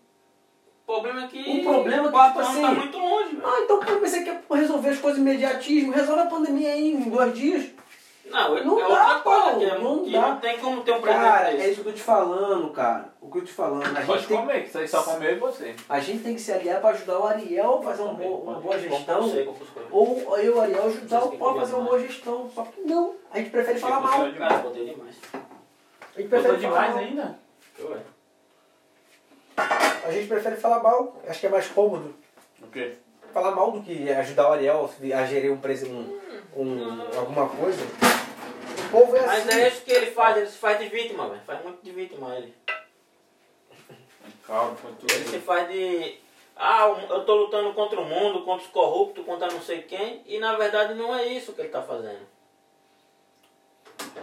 Speaker 1: O problema é que.
Speaker 2: O problema é que,
Speaker 1: quatro
Speaker 2: tipo
Speaker 1: anos
Speaker 2: assim,
Speaker 1: tá muito longe, velho.
Speaker 2: Ah, então pô, mas você quer resolver as coisas imediatismo? Resolve a pandemia aí em dois dias.
Speaker 1: Não, é-
Speaker 2: não
Speaker 1: é
Speaker 2: dá,
Speaker 1: outra coisa
Speaker 2: Paulo,
Speaker 1: que, é,
Speaker 2: não
Speaker 1: que
Speaker 2: dá.
Speaker 1: não tem como ter um presidente
Speaker 2: Cara, é
Speaker 1: desse.
Speaker 2: isso que eu tô te falando, cara. O que eu tô te falando. A
Speaker 5: Pode
Speaker 2: gente, tem,
Speaker 5: comer, que isso aí só comeu e você.
Speaker 2: a gente tem que se aliar pra ajudar o Ariel a fazer uma boa, uma boa gestão. Ou eu, Ariel, ajudar o Paulo a fazer uma boa gestão. Só que não. A gente prefere falar mal.
Speaker 5: Gostou
Speaker 1: Cara,
Speaker 5: demais.
Speaker 1: botei demais.
Speaker 2: A gente
Speaker 5: Gostou
Speaker 2: prefere falar
Speaker 5: demais
Speaker 2: mal.
Speaker 5: ainda?
Speaker 1: Eu é.
Speaker 2: A gente prefere falar mal. Acho que é mais cômodo.
Speaker 5: O quê?
Speaker 2: falar mal do que é ajudar o Ariel a gerir um, presi- um, um alguma coisa. O povo é
Speaker 1: Mas
Speaker 2: assim.
Speaker 1: é isso que ele faz, ele se faz de vítima, velho. Faz muito de vítima ele.
Speaker 5: Calma, foi tudo.
Speaker 1: Ele se faz de. Ah, eu tô lutando contra o mundo, contra os corruptos, contra não sei quem. E na verdade não é isso que ele tá fazendo.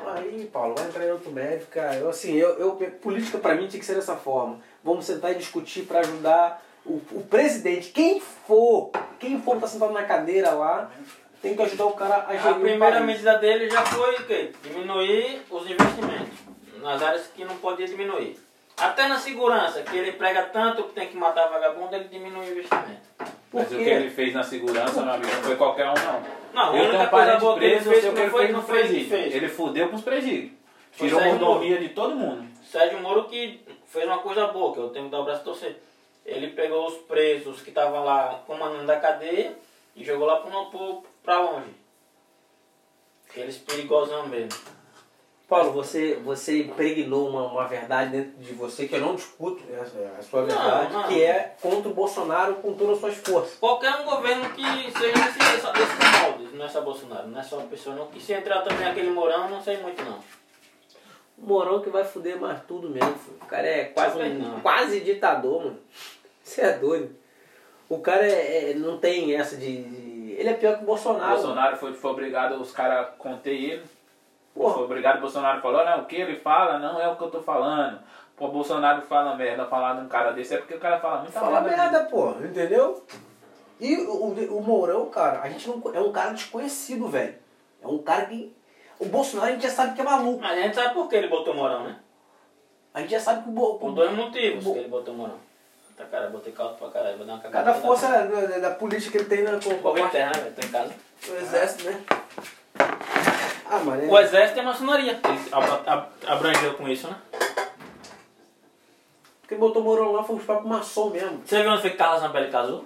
Speaker 2: Aí, Paulo, vai entrar em outro mérito, cara. Eu, assim, eu, eu, política pra mim tinha que ser dessa forma. Vamos sentar e discutir pra ajudar o, o presidente, quem for, quem for que tá sentado na cadeira lá, tem que ajudar o cara a gerir
Speaker 1: A
Speaker 2: o
Speaker 1: primeira
Speaker 2: país.
Speaker 1: medida dele já foi o quê? Diminuir os investimentos nas áreas que não podia diminuir. Até na segurança, que ele prega tanto que tem que matar vagabundo, ele diminui o investimento.
Speaker 2: Por
Speaker 5: Mas o
Speaker 2: quê?
Speaker 5: que ele fez na segurança, meu amigo, não foi qualquer um, não.
Speaker 1: Não, a
Speaker 5: eu
Speaker 1: única
Speaker 5: tenho um
Speaker 1: coisa
Speaker 5: parente
Speaker 1: boa que ele
Speaker 5: preso, eu
Speaker 1: fez
Speaker 5: sei o
Speaker 1: que
Speaker 5: que ele
Speaker 1: foi-
Speaker 5: fez
Speaker 1: não
Speaker 5: no
Speaker 1: foi ele que
Speaker 5: presídio.
Speaker 1: fez.
Speaker 5: Ele fudeu com os presídios.
Speaker 1: Foi
Speaker 5: Tirou a
Speaker 1: Sérgio Moro.
Speaker 5: mordomia de todo mundo.
Speaker 1: Sérgio Moro que fez uma coisa boa, que eu tenho que dar o braço a torcer. Ele pegou os presos que estavam lá comandando a cadeia e jogou lá pra, uma- pro- pra longe. Aqueles perigosão mesmo.
Speaker 2: Paulo, você, você impregnou uma, uma verdade dentro de você que eu não discuto, né, a sua verdade,
Speaker 1: não.
Speaker 2: que é contra o Bolsonaro com todas as suas forças.
Speaker 1: Qualquer um governo que seja desse, dessa- desse molde, não é só Bolsonaro, não é só uma pessoa não. E se entrar também aquele Mourão, eu não sei muito não.
Speaker 2: O Morão que vai fuder mais tudo mesmo. filho. O cara é quase,
Speaker 1: Também não.
Speaker 2: quase ditador, mano. Você é doido. O cara é, é- não tem essa de, de- Ele é pior que o Bolsonaro.
Speaker 5: Bolsonaro foi, foi obrigado, os caras contei ele.
Speaker 2: Porra.
Speaker 5: Foi obrigado, Bolsonaro falou, não, o que ele fala não é o que eu tô falando. Pô, o Bolsonaro fala merda, falar de um cara desse, é porque o cara fala
Speaker 2: Tá
Speaker 5: muita
Speaker 6: Fala
Speaker 5: merda.
Speaker 6: merda, pô, entendeu?
Speaker 2: E o, o Mourão, cara, a gente não, é um cara desconhecido, velho. É um cara que. O Bolsonaro a gente já sabe que é maluco.
Speaker 1: Mas a gente sabe por que ele botou morão, né?
Speaker 2: A gente já sabe que o. Bo-
Speaker 1: Por dois motivos que ele botou morão. Tá cara, eu botei caldo pra caralho, vou dar uma cagada.
Speaker 2: Cada força é da, da- da política que ele tem na, com, com,
Speaker 1: Vou
Speaker 2: a-
Speaker 1: enterrar, velho, tô em casa.
Speaker 2: com o exército, né? Ah, mano.
Speaker 1: O
Speaker 2: ele-
Speaker 1: exército é maçonaria. Ele ab- ab- abrangeu com isso, né?
Speaker 2: Quem botou o Mourão lá foi os próprios maçom mesmo.
Speaker 1: Você viu onde foi que Carla Zambelli casou?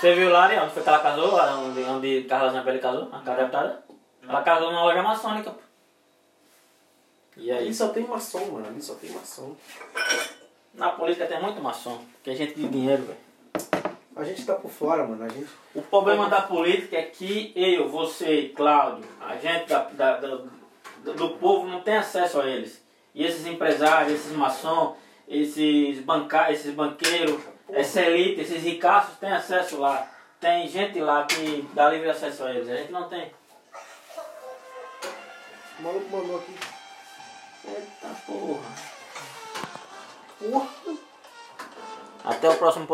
Speaker 1: Você viu lá, né? Onde foi que ela casou? Lá onde, onde Carla Zambelli casou? A cara deputada? Ela casou numa loja maçônica. pô. E é aí?
Speaker 2: Ali só tem maçom, mano. Ali só tem maçom.
Speaker 1: Na política tem muito maçom, que é gente de dinheiro, velho.
Speaker 2: A gente tá por fora, mano. A gente.
Speaker 1: O problema da política é que eu, você, Cláudio, a gente da, da- da- do, do povo não tem acesso a eles. E esses empresários, esses maçom, esses, banca, esses banqueiros, essa elite, esses ricaços têm acesso lá. Tem gente lá que dá livre acesso a eles. A gente não tem.
Speaker 2: O maluco mandou aqui.
Speaker 1: Eita porra.
Speaker 2: Porra.
Speaker 1: Até o próximo